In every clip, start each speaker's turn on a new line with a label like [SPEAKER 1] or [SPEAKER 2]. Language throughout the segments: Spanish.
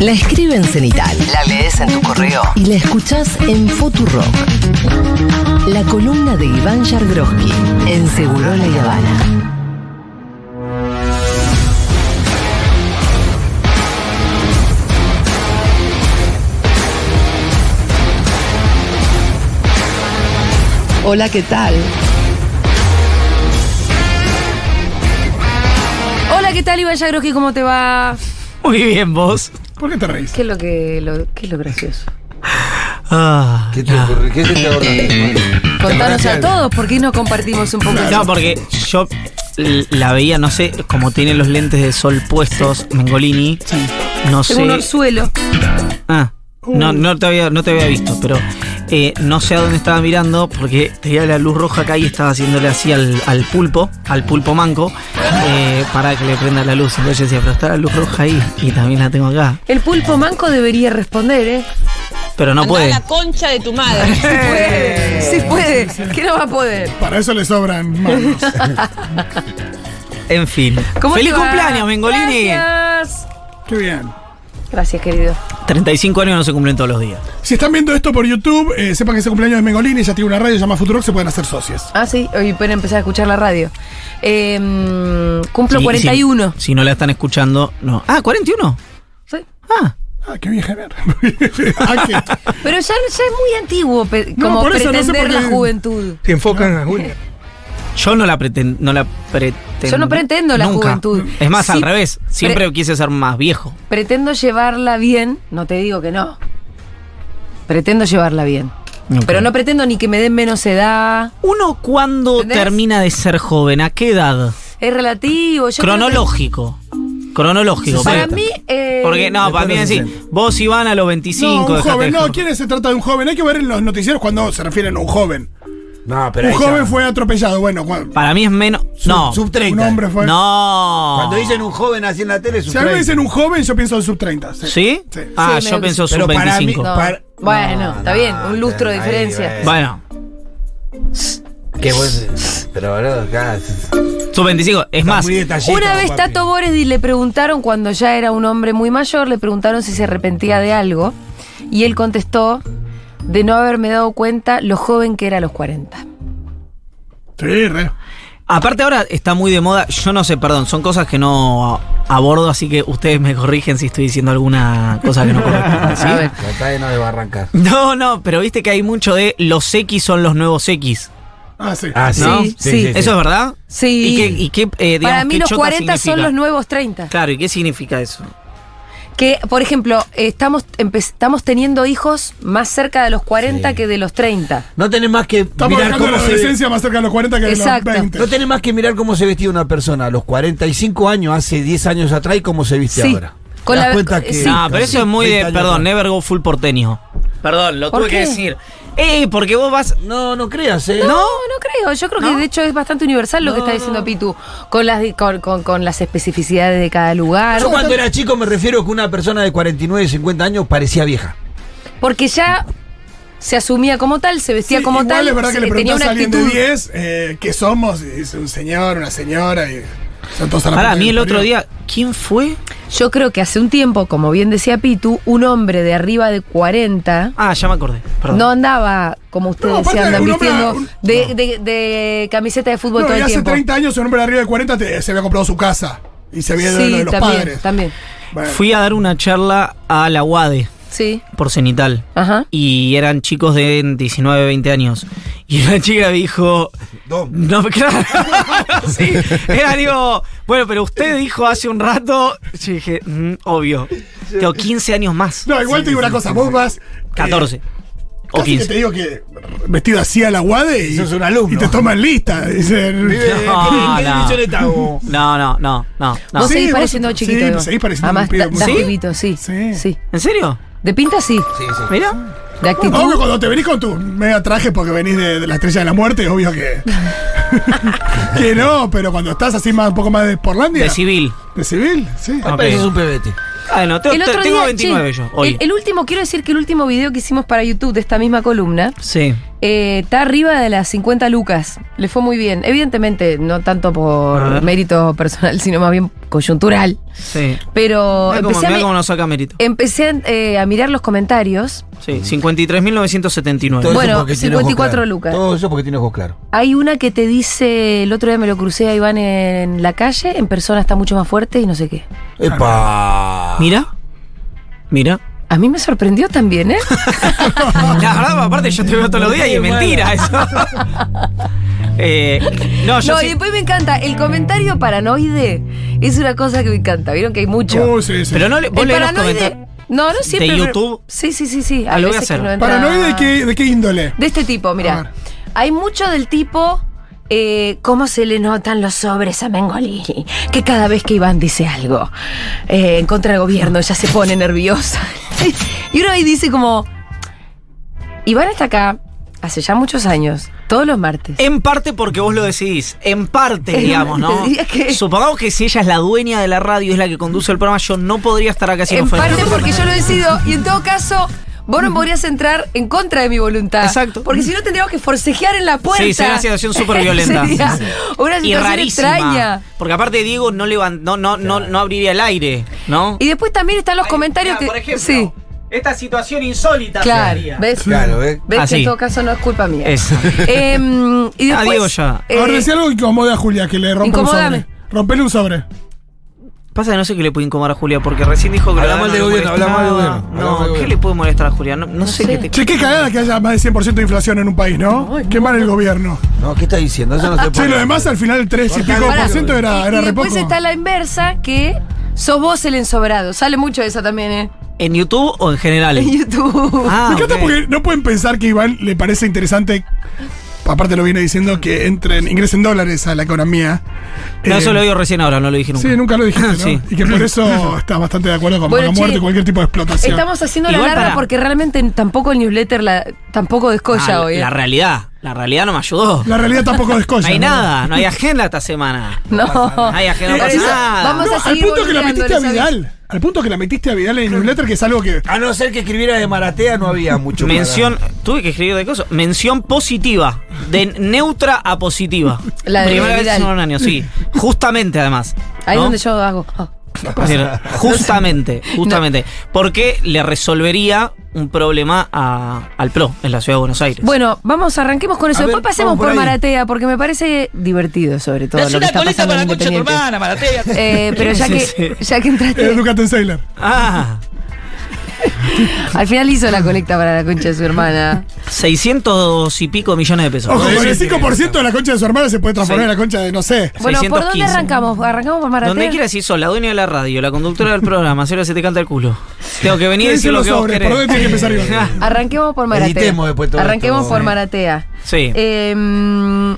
[SPEAKER 1] La escribe en cenital.
[SPEAKER 2] La lees en tu correo.
[SPEAKER 1] Y la escuchás en Futurock. La columna de Iván Yargroski en Segurola y Habana.
[SPEAKER 3] Hola, ¿qué tal?
[SPEAKER 4] Hola, ¿qué tal, Iván Yagroski? ¿Cómo te va?
[SPEAKER 5] Muy bien, vos.
[SPEAKER 6] ¿Por qué te reís?
[SPEAKER 4] ¿Qué es lo, que, lo- qué es lo gracioso?
[SPEAKER 5] Ah,
[SPEAKER 7] ¿Qué te ocurre? ¿Qué se te ocurre?
[SPEAKER 4] Contanos a todos, ¿por qué no compartimos un poco?
[SPEAKER 5] No, porque yo l- la veía, no sé, como tiene los lentes de sol puestos, Mengolini. No
[SPEAKER 4] Tengo un
[SPEAKER 5] sé.
[SPEAKER 4] orzuelo.
[SPEAKER 5] Ah, no, no, te había, no te había visto, pero eh, no sé a dónde estaba mirando porque tenía la luz roja acá y estaba haciéndole así al, al pulpo, al pulpo manco, eh, para que le prenda la luz. Entonces yo decía, pero está la luz roja ahí y también la tengo acá.
[SPEAKER 4] El pulpo manco debería responder, ¿eh?
[SPEAKER 5] Pero no puede.
[SPEAKER 8] concha de tu madre.
[SPEAKER 4] Sí puede. Sí puede. ¿Qué no va a poder?
[SPEAKER 6] Para eso le sobran manos.
[SPEAKER 5] En fin.
[SPEAKER 4] ¿Cómo
[SPEAKER 5] ¡Feliz
[SPEAKER 4] te va?
[SPEAKER 5] cumpleaños, Mengolini!
[SPEAKER 4] Gracias.
[SPEAKER 6] Qué bien.
[SPEAKER 4] Gracias, querido.
[SPEAKER 5] 35 años no se cumplen todos los días.
[SPEAKER 6] Si están viendo esto por YouTube, eh, sepan que es el cumpleaños de Mengolini, ya tiene una radio, se llama Futurock, se pueden hacer socias.
[SPEAKER 4] Ah, sí, hoy pueden empezar a escuchar la radio. Eh, mm, cumplo
[SPEAKER 5] Y- y si-
[SPEAKER 4] 41.
[SPEAKER 5] Si, no la están escuchando, no. Ah, 41.
[SPEAKER 4] Sí.
[SPEAKER 5] Ah,
[SPEAKER 6] Ah, qué bien, Javier. Ah, qué-
[SPEAKER 4] Pero ya, ya es muy antiguo pe-
[SPEAKER 6] No,
[SPEAKER 4] como
[SPEAKER 6] por eso, no sé
[SPEAKER 4] pretender
[SPEAKER 6] por qué-
[SPEAKER 4] la juventud.
[SPEAKER 7] Se enfocan a Julia.
[SPEAKER 5] yo no la pretendo. No la pretendo.
[SPEAKER 4] Yo no pretendo la juventud.
[SPEAKER 5] Es más,
[SPEAKER 4] Sí,
[SPEAKER 5] al revés. Siempre quise ser más viejo.
[SPEAKER 4] Pretendo llevarla bien, no te digo que no. Pretendo llevarla bien.
[SPEAKER 5] Ok.
[SPEAKER 4] Pero no pretendo ni que me den menos edad.
[SPEAKER 5] ¿Uno cuándo
[SPEAKER 4] ¿Entendés?
[SPEAKER 5] termina de ser joven? ¿A qué edad?
[SPEAKER 4] Es relativo. yo creo que-
[SPEAKER 5] Cronológico. Cronológico.
[SPEAKER 4] Para
[SPEAKER 5] porque-
[SPEAKER 4] mí. eh,
[SPEAKER 5] Porque no,
[SPEAKER 7] Después
[SPEAKER 5] para mí
[SPEAKER 7] de
[SPEAKER 5] es
[SPEAKER 7] los
[SPEAKER 5] decir,
[SPEAKER 7] 60.
[SPEAKER 5] vos Iván a los 25.
[SPEAKER 6] No, un
[SPEAKER 5] dejate
[SPEAKER 6] joven,
[SPEAKER 5] de
[SPEAKER 6] no,
[SPEAKER 5] joder.
[SPEAKER 6] ¿quién se trata de un joven? Hay que ver en los noticieros cuando se refieren a un joven.
[SPEAKER 7] No, pero
[SPEAKER 6] Un
[SPEAKER 7] ahí
[SPEAKER 6] joven
[SPEAKER 7] está.
[SPEAKER 6] fue atropellado, bueno, cuando,
[SPEAKER 5] Para mí es menos. No.
[SPEAKER 7] sub 30.
[SPEAKER 6] un hombre fue...
[SPEAKER 5] No.
[SPEAKER 7] Cuando dicen un joven así en la tele, sub
[SPEAKER 6] Si a mí me
[SPEAKER 7] 30.
[SPEAKER 6] dicen un joven, yo pienso en sub-30. Sí.
[SPEAKER 5] ¿Sí?
[SPEAKER 6] Sí.
[SPEAKER 5] Ah,
[SPEAKER 4] Sí,
[SPEAKER 5] yo
[SPEAKER 4] me-
[SPEAKER 5] pienso
[SPEAKER 7] Pero
[SPEAKER 5] sub
[SPEAKER 7] para mí-
[SPEAKER 5] 25.
[SPEAKER 4] No.
[SPEAKER 7] Par-
[SPEAKER 4] Bueno,
[SPEAKER 7] No,
[SPEAKER 4] está
[SPEAKER 7] no,
[SPEAKER 4] bien, un lustro de
[SPEAKER 7] ahí,
[SPEAKER 4] diferencia.
[SPEAKER 7] eh.
[SPEAKER 5] Bueno,
[SPEAKER 7] Que vos. Pero boludo, acá.
[SPEAKER 5] sub 25. Es más,
[SPEAKER 7] muy detallista,
[SPEAKER 4] Una vez
[SPEAKER 7] papi.
[SPEAKER 4] Tato Bores le preguntaron, cuando ya era un hombre muy mayor, le preguntaron si se arrepentía de algo. Y él contestó de no haberme dado cuenta lo joven que era a los 40.
[SPEAKER 6] Sí, re.
[SPEAKER 5] Aparte ahora está muy de moda, yo no sé, perdón, son cosas que no abordo, así que ustedes me corrigen si estoy diciendo alguna cosa que no corresponde. ¿Ah, ¿sí?
[SPEAKER 4] A ver.
[SPEAKER 7] Tratá de no de barrancar.
[SPEAKER 5] No, no, pero viste que hay mucho de los X son los nuevos X.
[SPEAKER 6] Ah, sí.
[SPEAKER 7] Ah, sí.
[SPEAKER 4] Sí, sí.
[SPEAKER 5] ¿Eso es verdad?
[SPEAKER 4] Sí.
[SPEAKER 5] ¿Y qué, y qué, eh, digamos,
[SPEAKER 4] Para mí
[SPEAKER 5] qué
[SPEAKER 4] los
[SPEAKER 5] chota
[SPEAKER 4] 40
[SPEAKER 5] significa?
[SPEAKER 4] son los nuevos 30.
[SPEAKER 5] Claro, ¿y qué significa eso?
[SPEAKER 4] Que, por ejemplo, estamos, empe- estamos teniendo hijos más cerca de los 40
[SPEAKER 7] Sí.
[SPEAKER 4] que de los 30.
[SPEAKER 7] No tenés más que
[SPEAKER 6] Estamos
[SPEAKER 7] mirar
[SPEAKER 6] dejando
[SPEAKER 7] cómo
[SPEAKER 6] la
[SPEAKER 7] se.
[SPEAKER 6] adolescencia más cerca de los 40 que de los
[SPEAKER 4] Exacto.
[SPEAKER 6] 20.
[SPEAKER 7] No tenés más que mirar cómo se vestía una persona a los 45 años, hace 10 años atrás, y cómo se viste
[SPEAKER 4] Sí.
[SPEAKER 7] ahora.
[SPEAKER 4] Con
[SPEAKER 7] Te das
[SPEAKER 4] la-
[SPEAKER 7] cuenta que
[SPEAKER 4] sí.
[SPEAKER 5] No, pero
[SPEAKER 7] casi
[SPEAKER 5] eso es muy
[SPEAKER 7] 20
[SPEAKER 5] de,
[SPEAKER 7] años
[SPEAKER 5] perdón,
[SPEAKER 7] atrás.
[SPEAKER 5] never go full porteño. Perdón, lo
[SPEAKER 4] ¿Por
[SPEAKER 5] tuve que
[SPEAKER 4] qué?
[SPEAKER 5] decir. Eh, porque vos vas...
[SPEAKER 7] No, no creas, ¿eh?
[SPEAKER 4] No, no, creo. Yo creo que de hecho es bastante universal lo que está diciendo Pitu, con las, di- con, con- con las especificidades de cada lugar.
[SPEAKER 7] Yo cuando era chico me refiero que una persona de 49, 50 años parecía vieja.
[SPEAKER 4] Porque ya se asumía como tal, se
[SPEAKER 6] Sí,
[SPEAKER 4] vestía como
[SPEAKER 6] igual
[SPEAKER 4] tal.
[SPEAKER 6] es verdad que
[SPEAKER 4] se-
[SPEAKER 6] le
[SPEAKER 4] tenía
[SPEAKER 6] preguntás
[SPEAKER 4] una
[SPEAKER 6] a alguien de
[SPEAKER 4] actitud.
[SPEAKER 6] 10 eh, qué somos, y dice un señor, una señora, y son todos a la
[SPEAKER 5] Para
[SPEAKER 6] puta
[SPEAKER 5] mí
[SPEAKER 6] que
[SPEAKER 5] el
[SPEAKER 6] lo
[SPEAKER 5] otro
[SPEAKER 6] parió.
[SPEAKER 5] día, ¿quién fue?
[SPEAKER 4] Yo creo que hace un tiempo, como bien decía Pitu, un hombre de arriba de 40
[SPEAKER 5] Ah, ya me acordé. Perdón.
[SPEAKER 4] no andaba, como ustedes
[SPEAKER 6] No, aparte,
[SPEAKER 4] se andan
[SPEAKER 6] un hombre-
[SPEAKER 4] vistiendo,
[SPEAKER 6] un-
[SPEAKER 4] de, de- de camiseta de fútbol
[SPEAKER 6] No,
[SPEAKER 4] todo
[SPEAKER 6] y
[SPEAKER 4] el
[SPEAKER 6] hace
[SPEAKER 4] tiempo.
[SPEAKER 6] 30 años un hombre de arriba de 40 te- se había comprado su casa. Y se había ido de lo de
[SPEAKER 4] sí,
[SPEAKER 6] los
[SPEAKER 4] también,
[SPEAKER 6] padres.
[SPEAKER 4] también.
[SPEAKER 6] Bueno,
[SPEAKER 5] Fui a dar una charla a la UADE
[SPEAKER 4] Sí,
[SPEAKER 5] por Cenital.
[SPEAKER 4] ajá.
[SPEAKER 5] y eran chicos de 19, 20 años. Y una chica me dijo.
[SPEAKER 7] No.
[SPEAKER 5] No, claro. sí. Era digo, bueno, pero usted dijo hace un rato. Yo dije, mm, obvio. Tengo 15 años más.
[SPEAKER 6] No, igual te digo una cosa, vos vas. eh,
[SPEAKER 5] 14. O
[SPEAKER 6] casi que
[SPEAKER 5] 15.
[SPEAKER 6] te digo que vestido así a la guade y,
[SPEAKER 7] Sos un alumno.
[SPEAKER 6] y te toman lista. Dicen,
[SPEAKER 5] No, no.
[SPEAKER 7] no.
[SPEAKER 5] No, no, no, no, no.
[SPEAKER 4] Vos
[SPEAKER 6] Sí,
[SPEAKER 4] seguís
[SPEAKER 6] vos-
[SPEAKER 4] pareciendo
[SPEAKER 6] sí,
[SPEAKER 4] chiquito. Iván.
[SPEAKER 6] seguís pareciendo
[SPEAKER 4] Además,
[SPEAKER 6] un pibe
[SPEAKER 4] da-
[SPEAKER 6] muy
[SPEAKER 4] das
[SPEAKER 6] joven.
[SPEAKER 4] pibito, sí,
[SPEAKER 6] Sí.
[SPEAKER 4] sí.
[SPEAKER 5] ¿En serio?
[SPEAKER 4] De pinta sí.
[SPEAKER 7] Sí, sí.
[SPEAKER 5] Mira.
[SPEAKER 4] De actitud.
[SPEAKER 6] Obvio, cuando te venís con tu mega traje porque venís de, de la estrella de la muerte, obvio que. que no, pero cuando estás así más, un poco más de Portlandia.
[SPEAKER 5] De civil. Ah,
[SPEAKER 6] de civil, sí.
[SPEAKER 5] Ok.
[SPEAKER 7] Pareces un pebete.
[SPEAKER 5] Bueno, te-
[SPEAKER 4] El
[SPEAKER 5] te-
[SPEAKER 4] otro
[SPEAKER 5] tengo
[SPEAKER 4] día,
[SPEAKER 5] 29
[SPEAKER 4] che,
[SPEAKER 5] yo. Hoy.
[SPEAKER 4] El, el último, quiero decir que el último video que hicimos para YouTube de esta misma columna
[SPEAKER 5] sí.
[SPEAKER 4] Eh, está arriba de las 50 lucas. Le fue muy bien. Evidentemente, no tanto
[SPEAKER 5] A
[SPEAKER 4] por
[SPEAKER 5] ver.
[SPEAKER 4] mérito personal, sino más bien coyuntural.
[SPEAKER 5] Sí.
[SPEAKER 4] Pero
[SPEAKER 5] Mirá cómo,
[SPEAKER 4] Oh, empecé, a,
[SPEAKER 5] mirá
[SPEAKER 4] mi-
[SPEAKER 5] cómo nos saca mérito.
[SPEAKER 4] empecé a, eh, a mirar los comentarios.
[SPEAKER 5] Sí, 53.979.
[SPEAKER 4] Todo-
[SPEAKER 7] eso
[SPEAKER 4] Bueno,
[SPEAKER 7] porque tiene ojos
[SPEAKER 4] 54
[SPEAKER 7] claros.
[SPEAKER 4] lucas.
[SPEAKER 7] Todo eso porque tiene ojos claros.
[SPEAKER 4] Hay una que te dice, el otro día me lo crucé a Iván en la calle, en persona está mucho más fuerte y no sé qué.
[SPEAKER 7] ¡Epa!
[SPEAKER 5] Mira. Mira.
[SPEAKER 4] A mí me sorprendió también, ¿eh?
[SPEAKER 5] La verdad, aparte yo te veo todos los días y es mentira eso. Eh, no, yo
[SPEAKER 4] no,
[SPEAKER 5] sí-
[SPEAKER 4] y después me encanta, el comentario paranoide es una cosa que me encanta, vieron que hay mucho.
[SPEAKER 6] Uh, sí, sí.
[SPEAKER 5] Pero no le, vos
[SPEAKER 4] el
[SPEAKER 5] lees los
[SPEAKER 4] paranoide...
[SPEAKER 5] comentarios.
[SPEAKER 4] No, no siempre.
[SPEAKER 5] ¿De
[SPEAKER 4] pero-
[SPEAKER 5] YouTube?
[SPEAKER 4] Sí, sí, sí, sí.
[SPEAKER 5] Ah, lo voy a
[SPEAKER 4] veces que
[SPEAKER 5] hacer.
[SPEAKER 4] no entra-
[SPEAKER 6] ¿Paranoide de qué, de qué índole?
[SPEAKER 4] De este tipo,
[SPEAKER 6] A
[SPEAKER 4] mira.
[SPEAKER 6] ver.
[SPEAKER 4] Hay mucho del tipo. eh, ¿Cómo se le notan los sobres a Mengolini? Que cada vez que Iván dice algo eh, en contra del gobierno ya se pone nerviosa. y uno ahí dice como. Iván está acá hace ya muchos años, todos los martes.
[SPEAKER 5] En parte porque vos lo decidís, en parte,
[SPEAKER 4] Eh,
[SPEAKER 5] digamos, ¿no?
[SPEAKER 4] te diría que-
[SPEAKER 5] Supongamos que si ella es la dueña de la radio, es la que conduce el programa, yo no podría estar acá si
[SPEAKER 4] en
[SPEAKER 5] no fuera.
[SPEAKER 4] parte porque yo lo decido y en todo caso. Vos no podrías entrar en contra de mi voluntad.
[SPEAKER 5] Exacto.
[SPEAKER 4] Porque si no tendríamos que forcejear en la puerta.
[SPEAKER 5] Sí, sería una situación súper violenta.
[SPEAKER 4] Sería una
[SPEAKER 5] y
[SPEAKER 4] situación
[SPEAKER 5] rarísima.
[SPEAKER 4] extraña.
[SPEAKER 5] Porque aparte Diego no, levan- no, no, no, no abriría el aire, ¿no?
[SPEAKER 4] Y después también están los comentarios que. sí,
[SPEAKER 5] esta situación insólita
[SPEAKER 4] claro. ¿Ves?
[SPEAKER 7] Claro, ¿eh?
[SPEAKER 4] ¿Ves que
[SPEAKER 5] Así.
[SPEAKER 4] en todo caso no es culpa mía.
[SPEAKER 5] Ah, Eso.
[SPEAKER 4] Em, y
[SPEAKER 5] Ah,
[SPEAKER 4] después,
[SPEAKER 5] Diego ya.
[SPEAKER 4] eh,
[SPEAKER 6] Ahora decía algo que incomoda a Julia, que le rompa un
[SPEAKER 4] Incomódame.
[SPEAKER 6] sobre. Rompele un sobre.
[SPEAKER 5] Pasa que no sé qué le puede incomodar a Julia, porque recién dijo que
[SPEAKER 7] Habla
[SPEAKER 5] la
[SPEAKER 7] mal
[SPEAKER 5] verdad
[SPEAKER 7] del
[SPEAKER 5] no le
[SPEAKER 7] gobierno, habla mal del
[SPEAKER 5] molestaba.
[SPEAKER 7] gobierno, habla mal del
[SPEAKER 5] No, ¿qué
[SPEAKER 7] gobierno.
[SPEAKER 5] le puede molestar a Julia? No, no sé,
[SPEAKER 4] sé.
[SPEAKER 5] qué te...
[SPEAKER 6] Che, qué cagada que haya más de 100% de inflación en un país, ¿no? Qué mal el gobierno.
[SPEAKER 7] No, ¿qué está diciendo? Eso no se
[SPEAKER 6] Che,
[SPEAKER 7] puede.
[SPEAKER 6] lo demás al final el 3 y pico
[SPEAKER 4] pará.
[SPEAKER 6] por ciento
[SPEAKER 4] y-
[SPEAKER 6] era,
[SPEAKER 4] y
[SPEAKER 6] era re
[SPEAKER 4] después
[SPEAKER 6] poco.
[SPEAKER 4] está la inversa que sos vos el ensobrado. Sale mucho esa también, ¿eh?
[SPEAKER 5] ¿En YouTube o en general?
[SPEAKER 4] En YouTube.
[SPEAKER 5] Ah,
[SPEAKER 6] Me encanta
[SPEAKER 5] ok.
[SPEAKER 6] porque no pueden pensar que Iván le parece interesante. Aparte lo viene diciendo que entren, ingresen dólares a la economía.
[SPEAKER 5] No,
[SPEAKER 6] Eh,
[SPEAKER 5] eso lo digo recién ahora, no lo dije nunca.
[SPEAKER 6] Sí, nunca lo dijiste, ¿no?
[SPEAKER 5] Sí.
[SPEAKER 6] Y que por eso estás bastante de acuerdo con
[SPEAKER 4] Bueno,
[SPEAKER 6] la
[SPEAKER 4] che,
[SPEAKER 6] muerte y cualquier tipo de explotación.
[SPEAKER 4] Estamos haciendo
[SPEAKER 5] Igual
[SPEAKER 4] la larga
[SPEAKER 5] pará.
[SPEAKER 4] porque realmente tampoco el newsletter la, tampoco descolla
[SPEAKER 5] Ah,
[SPEAKER 4] hoy. ¿eh?
[SPEAKER 5] La realidad, la realidad no me ayudó.
[SPEAKER 6] La realidad tampoco
[SPEAKER 5] No
[SPEAKER 6] descolla.
[SPEAKER 5] hay nada, no hay agenda esta semana.
[SPEAKER 4] no.
[SPEAKER 5] No hay agenda, no
[SPEAKER 6] Eh,
[SPEAKER 5] pasa
[SPEAKER 6] eso-
[SPEAKER 5] nada.
[SPEAKER 4] vamos
[SPEAKER 6] No,
[SPEAKER 4] a
[SPEAKER 6] al
[SPEAKER 4] seguir
[SPEAKER 6] punto que la metiste a
[SPEAKER 4] boludeándole, ¿sabes?
[SPEAKER 6] Vidal. Al punto que la metiste a Vidal en el newsletter, que es algo que. eh,
[SPEAKER 7] A no ser que escribiera de Maratea no había mucho. para-
[SPEAKER 5] Mención, tuve que escribir de cosas. Mención positiva, de neutra a positiva.
[SPEAKER 4] La de
[SPEAKER 5] Primera vez
[SPEAKER 4] Vidal.
[SPEAKER 5] en un año, sí. Justamente, además.
[SPEAKER 4] Ahí
[SPEAKER 5] ¿no?
[SPEAKER 4] donde yo hago. ah.
[SPEAKER 5] Es decir, justamente, justamente. Porque le resolvería un problema a- al PRO en la ciudad de Buenos Aires.
[SPEAKER 4] Bueno, vamos, arranquemos con eso.
[SPEAKER 7] A ver,
[SPEAKER 4] Después pasemos
[SPEAKER 7] vamos por
[SPEAKER 4] por,
[SPEAKER 7] ahí.
[SPEAKER 4] Maratea, porque me parece divertido, sobre todo. lo que está pasando en Independiente.
[SPEAKER 5] Maratea.
[SPEAKER 4] Eh, pero ya
[SPEAKER 5] Sí,
[SPEAKER 4] que,
[SPEAKER 5] sí.
[SPEAKER 4] ya que entraste,
[SPEAKER 6] Educate en Sailor.
[SPEAKER 5] Ah,
[SPEAKER 4] al final hizo la colecta para la concha de su hermana.
[SPEAKER 5] 600 y pico millones de pesos.
[SPEAKER 6] Ojo,
[SPEAKER 7] No,
[SPEAKER 6] con el
[SPEAKER 7] sí,
[SPEAKER 6] 5% de la concha de su hermana se puede transformar
[SPEAKER 5] Sí.
[SPEAKER 6] en la concha de, no sé.
[SPEAKER 4] Bueno, ¿por dónde
[SPEAKER 5] 615?
[SPEAKER 4] arrancamos? ¿Arrancamos por Maratea?
[SPEAKER 5] Donde quieras y sos la dueña de la radio, la conductora del programa, cero se te canta el culo. Tengo que venir y
[SPEAKER 6] ¿Qué
[SPEAKER 5] decir
[SPEAKER 6] dicen
[SPEAKER 5] lo
[SPEAKER 6] los
[SPEAKER 5] que vos
[SPEAKER 6] sobres?
[SPEAKER 5] querés.
[SPEAKER 6] ¿Por dónde tiene que empezar Iván?
[SPEAKER 4] Arranquemos por Maratea.
[SPEAKER 7] Editemos después todo
[SPEAKER 4] Arranquemos
[SPEAKER 7] esto.
[SPEAKER 4] por
[SPEAKER 7] Sí.
[SPEAKER 4] Maratea.
[SPEAKER 5] Sí.
[SPEAKER 4] Eh, mm,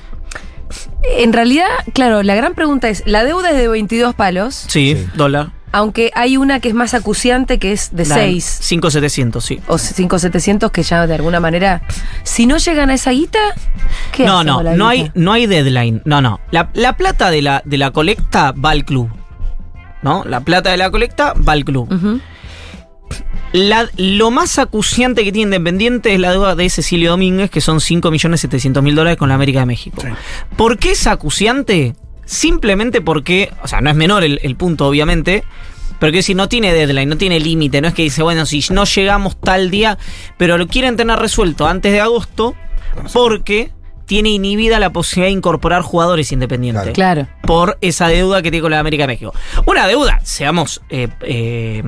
[SPEAKER 4] en realidad, claro, la gran pregunta es, la deuda es de 22 palos,
[SPEAKER 5] sí, dólar.
[SPEAKER 4] aunque hay una que es más acuciante que es de
[SPEAKER 5] La-
[SPEAKER 4] 6.
[SPEAKER 5] 5,700, sí.
[SPEAKER 4] o 5700 que ya de alguna manera si no llegan a esa guita ¿qué
[SPEAKER 5] No,
[SPEAKER 4] hacen
[SPEAKER 5] no,
[SPEAKER 4] con la
[SPEAKER 5] no
[SPEAKER 4] guita?
[SPEAKER 5] hay, no hay deadline. No, no. La, la plata de la, de la colecta va al club. ¿No? La plata de la colecta va al club.
[SPEAKER 4] Ujú.
[SPEAKER 5] La- lo más acuciante que tiene Independiente es la deuda de Cecilio Domínguez, que son 5.700.000 dólares con la América de México. ¿Por qué es acuciante? Simplemente porque, o sea, no es menor el, el punto, obviamente, pero que si no tiene deadline, no tiene límite, no es que dice, bueno, si no llegamos tal día, pero lo quieren tener resuelto antes de agosto porque tiene inhibida la posibilidad de incorporar jugadores independientes
[SPEAKER 4] claro
[SPEAKER 5] por esa deuda que tiene con la América de México. Una deuda, seamos eh, eh,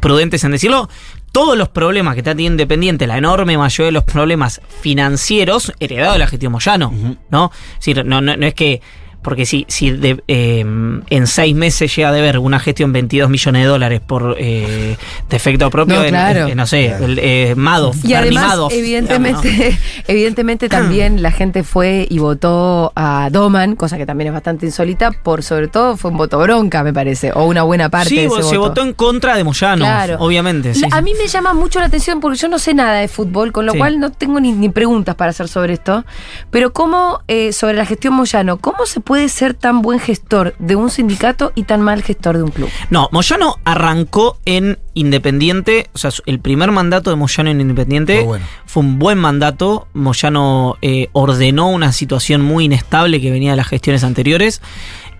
[SPEAKER 5] prudentes en decirlo, todos los problemas que está teniendo Independiente, la enorme mayoría de los problemas financieros, heredados de la gestión Moyano, ¿no? Es decir, no, no, no es que... Porque si, si de- eh, en seis meses llega a deber una gestión 22 millones de dólares por eh, defecto propio,
[SPEAKER 4] No,
[SPEAKER 5] en-
[SPEAKER 4] claro.
[SPEAKER 5] en- en, no sé, el, eh, Madoff,
[SPEAKER 4] y
[SPEAKER 5] Bernie
[SPEAKER 4] además
[SPEAKER 5] Madoff, digamos,
[SPEAKER 4] evidentemente
[SPEAKER 5] ¿no?
[SPEAKER 4] evidentemente también la gente fue y votó a Doman cosa que también es bastante insólita por sobre todo fue un voto bronca me parece o una buena parte
[SPEAKER 5] Sí,
[SPEAKER 4] de ese
[SPEAKER 5] se
[SPEAKER 4] voto.
[SPEAKER 5] votó en contra de Moyano,
[SPEAKER 4] Claro.
[SPEAKER 5] obviamente. sí,
[SPEAKER 4] La- a
[SPEAKER 5] sí.
[SPEAKER 4] mí me llama mucho la atención porque yo no sé nada de fútbol, con lo
[SPEAKER 5] Sí.
[SPEAKER 4] cual no tengo ni, ni preguntas para hacer sobre esto. Pero cómo, eh, sobre la gestión Moyano, ¿cómo se puede ser tan buen gestor de un sindicato y tan mal gestor de un club.
[SPEAKER 5] No, Moyano arrancó en Independiente, o sea, su- el primer mandato de Moyano en Independiente
[SPEAKER 7] Muy bueno.
[SPEAKER 5] fue un buen mandato. Moyano eh, ordenó una situación muy inestable que venía de las gestiones anteriores.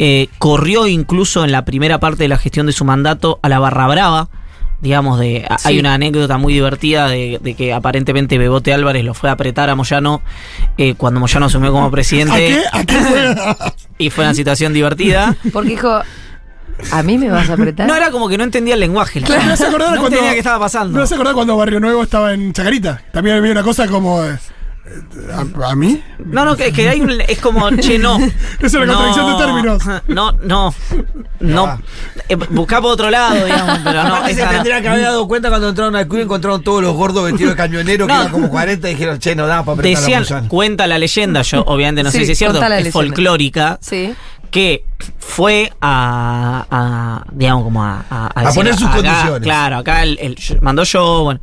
[SPEAKER 5] Eh, corrió incluso en la primera parte de la gestión de su mandato a la barra brava. Digamos, de, a-
[SPEAKER 4] Sí.
[SPEAKER 5] hay una anécdota muy divertida de, de que aparentemente Bebote Álvarez lo fue a apretar a Moyano eh, cuando Moyano asumió como
[SPEAKER 6] ¿A qué?
[SPEAKER 5] presidente
[SPEAKER 6] ¿A qué fue?
[SPEAKER 5] y fue una situación divertida.
[SPEAKER 4] Porque dijo, ¿a mí me vas a apretar?
[SPEAKER 5] No, era como que no entendía el lenguaje. la
[SPEAKER 6] Claro,
[SPEAKER 5] verdad.
[SPEAKER 6] Ah, no se acordaba
[SPEAKER 5] no
[SPEAKER 6] cuando.
[SPEAKER 5] entendía qué estaba pasando.
[SPEAKER 6] No se acordaba cuando Barrio Nuevo estaba en Chacarita. También había una cosa como. eh, ¿A, a mí?
[SPEAKER 5] No, no, que, que hay un, es como, che, no.
[SPEAKER 6] Es una contradicción de términos. Ah.
[SPEAKER 5] No, no, no. Eh, buscá por otro lado, digamos, pero no.
[SPEAKER 7] Aparte se
[SPEAKER 5] esa no.
[SPEAKER 7] tendrían que haber dado cuenta cuando entraron al club y encontraron todos los gordos vestidos de camionero que
[SPEAKER 5] No.
[SPEAKER 7] eran como 40 y dijeron, che, no da para apretar a
[SPEAKER 5] Decían,
[SPEAKER 7] Moyano.
[SPEAKER 5] cuenta la leyenda, yo obviamente no
[SPEAKER 4] Sí,
[SPEAKER 5] sé si es cierto,
[SPEAKER 4] cuenta la
[SPEAKER 5] es
[SPEAKER 4] leyenda.
[SPEAKER 5] folclórica,
[SPEAKER 4] Sí.
[SPEAKER 5] que fue a, a, digamos, como a... A,
[SPEAKER 7] A poner sus
[SPEAKER 5] acá-
[SPEAKER 7] condiciones.
[SPEAKER 5] Claro, acá el, el- mandó yo, bueno...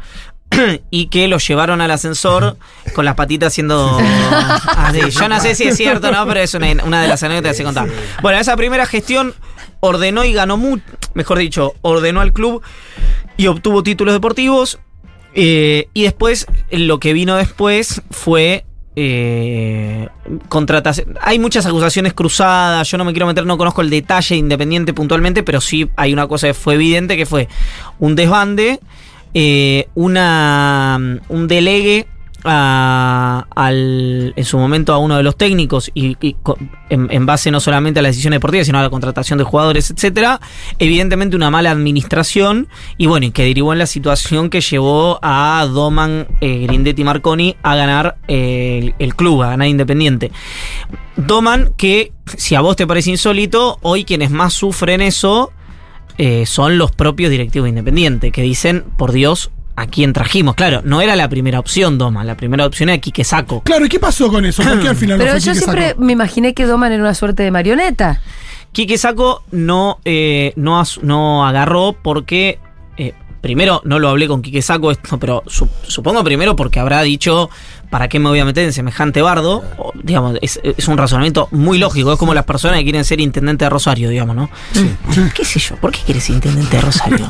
[SPEAKER 5] Y que lo llevaron al ascensor con las patitas haciendo. así. Yo no sé si es cierto o no, pero es una, una de las anécdotas que se contaba. Bueno, esa primera gestión ordenó y ganó mucho. Mejor dicho, ordenó al club y obtuvo títulos deportivos. Eh, y después, lo que vino después fue. eh, contratación. Hay muchas acusaciones cruzadas. Yo no me quiero meter, no conozco el detalle independiente puntualmente, pero sí hay una cosa que fue evidente: que fue un desbande, eh, una, mm, un delegue a- al, en su momento a uno de los técnicos y, y co- en, en base no solamente a la decisión deportiva, sino a la contratación de jugadores, etcétera, evidentemente una mala administración y bueno, y que derivó en la situación que llevó a Doman, eh, Grindetti y Marconi a ganar eh, el, el club, a ganar Independiente. Doman, que si a vos te parece insólito, hoy quienes más sufren eso eh, son los propios directivos independientes que dicen, por Dios, a quién trajimos. Claro, no era la primera opción, Doma. La primera opción era Quique Saco.
[SPEAKER 6] Claro, ¿y qué pasó con eso? ¿Por qué al final no
[SPEAKER 4] Pero
[SPEAKER 6] fue
[SPEAKER 4] yo
[SPEAKER 6] Quique
[SPEAKER 4] siempre
[SPEAKER 6] Sacco?
[SPEAKER 4] me imaginé que Doman era una suerte de marioneta.
[SPEAKER 5] Quique Saco no, eh, no, as- no agarró porque. eh, Primero, no lo hablé con Quique Saco esto, pero su- supongo primero porque habrá dicho ¿para qué me voy a meter en semejante bardo? O, digamos, es, es un razonamiento muy lógico, es como las personas que quieren ser intendente de Rosario, digamos, ¿no? ¿Qué sé yo? ¿Por qué quieres ser intendente de Rosario?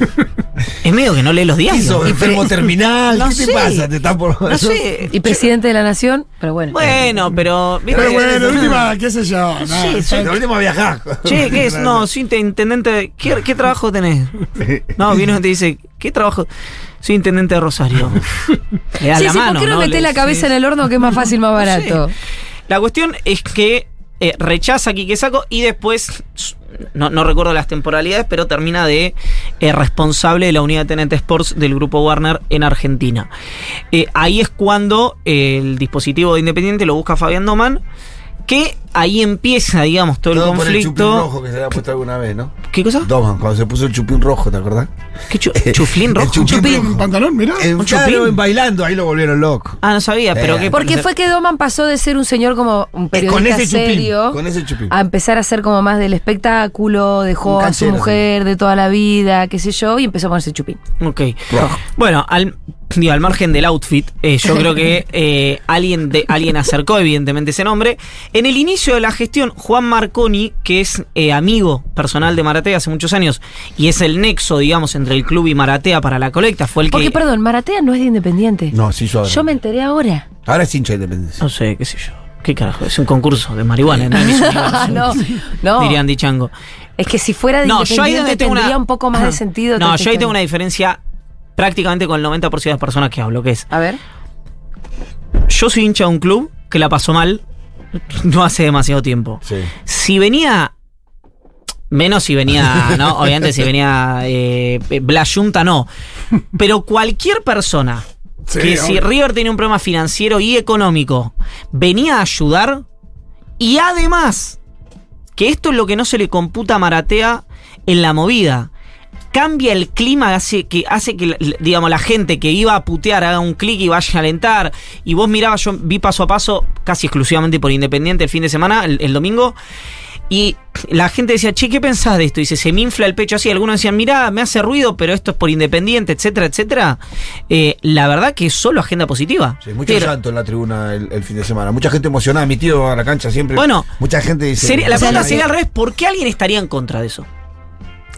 [SPEAKER 5] es medio que no lee los
[SPEAKER 7] ¿Qué
[SPEAKER 5] diarios.
[SPEAKER 7] sos, enfermo terminal?
[SPEAKER 5] No
[SPEAKER 7] ¿Qué
[SPEAKER 5] sé.
[SPEAKER 7] te pasa? ¿Te están por.?
[SPEAKER 5] No sé.
[SPEAKER 4] Y presidente de la nación, pero bueno.
[SPEAKER 5] Bueno, pero. ¿viste?
[SPEAKER 6] Pero bueno, de última, qué sé yo. nada.
[SPEAKER 5] Sí, soy-
[SPEAKER 7] La última viajás.
[SPEAKER 5] Che, ¿qué es? No, soy inte- intendente. ¿Qué, qué trabajo tenés? No, viene y te dice, ¿qué trabajo? Soy intendente de Rosario. Le das
[SPEAKER 4] Sí,
[SPEAKER 5] la
[SPEAKER 4] sí,
[SPEAKER 5] mano.
[SPEAKER 4] ¿por qué no, metés
[SPEAKER 5] Le-
[SPEAKER 4] la cabeza
[SPEAKER 5] sí.
[SPEAKER 4] en el horno que es más fácil, más
[SPEAKER 5] sé.
[SPEAKER 4] barato?
[SPEAKER 5] La cuestión es que eh, rechaza a Quique Saco y después, no, no recuerdo las temporalidades, pero termina de eh, responsable de la unidad TNT Sports del grupo Warner en Argentina. Eh, ahí es cuando eh, el dispositivo de Independiente lo busca Fabián Doman, que ahí empieza, digamos, todo,
[SPEAKER 7] Todo
[SPEAKER 5] el
[SPEAKER 7] por el chupín
[SPEAKER 5] conflicto. ¿Ah?
[SPEAKER 7] rojo que se había puesto alguna vez, ¿no?
[SPEAKER 5] ¿Qué cosa?
[SPEAKER 7] Doman, cuando se puso el chupín rojo, ¿te acordás?
[SPEAKER 5] ¿Qué chu- chuflín
[SPEAKER 7] El
[SPEAKER 5] rojo?
[SPEAKER 7] chupín
[SPEAKER 6] Un
[SPEAKER 7] rojo.
[SPEAKER 6] pantalón, mirá.
[SPEAKER 7] En,
[SPEAKER 5] ¿Un chupín?
[SPEAKER 7] claro, en bailando, ahí lo volvieron loco.
[SPEAKER 5] Ah, no sabía, pero
[SPEAKER 7] Eh,
[SPEAKER 5] qué.
[SPEAKER 4] Porque fue que Doman pasó de ser un señor como un
[SPEAKER 7] Eh,
[SPEAKER 4] Ah, periodista
[SPEAKER 7] ese chupín,
[SPEAKER 4] serio
[SPEAKER 7] con ese chupín.
[SPEAKER 4] a empezar a ser como más del espectáculo, dejó
[SPEAKER 7] Mm. Un
[SPEAKER 4] a su
[SPEAKER 7] canchero,
[SPEAKER 4] mujer de toda la vida, qué sé yo, y empezó a ponerse chupín.
[SPEAKER 5] Ok. Bueno, al, digo, al margen del outfit, eh, yo creo que eh, alguien, de, alguien acercó evidentemente ese nombre. En el inicio de la gestión, Juan Marconi, que es eh, amigo personal de Maratea hace muchos años, y es el nexo, digamos, entre el club y Maratea para la colecta, fue el
[SPEAKER 4] Porque,
[SPEAKER 5] que...
[SPEAKER 4] perdón, Maratea no es de Independiente.
[SPEAKER 7] No, sí, yo ahora.
[SPEAKER 4] Yo me enteré ahora.
[SPEAKER 7] Ahora es hincha de independencia.
[SPEAKER 5] No sé, qué sé yo. ¿Qué carajo? Es un concurso de marihuana, no es Miss Universo,
[SPEAKER 4] no, no.
[SPEAKER 5] Diría Andy Chango.
[SPEAKER 4] Es que si fuera de
[SPEAKER 5] No, yo ahí
[SPEAKER 4] Independiente
[SPEAKER 5] donde tengo
[SPEAKER 4] tendría
[SPEAKER 5] una,
[SPEAKER 4] un poco más de
[SPEAKER 5] Ajá.
[SPEAKER 4] sentido.
[SPEAKER 5] No,
[SPEAKER 4] toda esta
[SPEAKER 5] yo ahí tengo una
[SPEAKER 4] historia.
[SPEAKER 5] diferencia prácticamente con el 90% de las personas que hablo, que es
[SPEAKER 4] A ver.
[SPEAKER 5] yo soy hincha de un club que la pasó mal no hace demasiado tiempo.
[SPEAKER 7] Sí.
[SPEAKER 5] Si venía. Menos si venía, ¿no? Obviamente si venía eh, Blayunta, no. Pero cualquier persona
[SPEAKER 6] Sí,
[SPEAKER 5] que si
[SPEAKER 6] obvio.
[SPEAKER 5] River tenía un problema financiero y económico, venía a ayudar y además, que esto es lo que no se le computa a Maratea en la movida. Cambia el clima, hace que, hace que digamos, la gente que iba a putear haga un clic y vaya a alentar. Y vos mirabas, yo vi paso a paso, casi exclusivamente por Independiente el fin de semana, el, el domingo, Y la gente decía, che, ¿qué pensás de esto? Y dice, se me infla el pecho así. Algunos decían, mirá, me hace ruido, pero esto es por independiente, etcétera, etcétera. Eh, la verdad que es solo agenda positiva.
[SPEAKER 7] Sí, mucho
[SPEAKER 5] Pero-
[SPEAKER 7] llanto en la tribuna el, el fin de semana. Mucha gente emocionada. Mi tío va a la cancha siempre.
[SPEAKER 5] Bueno,
[SPEAKER 7] mucha gente dice.
[SPEAKER 5] Sería- la
[SPEAKER 7] "Ay,
[SPEAKER 5] pregunta
[SPEAKER 7] ay,
[SPEAKER 5] sería al revés, ¿por qué alguien estaría en contra de eso?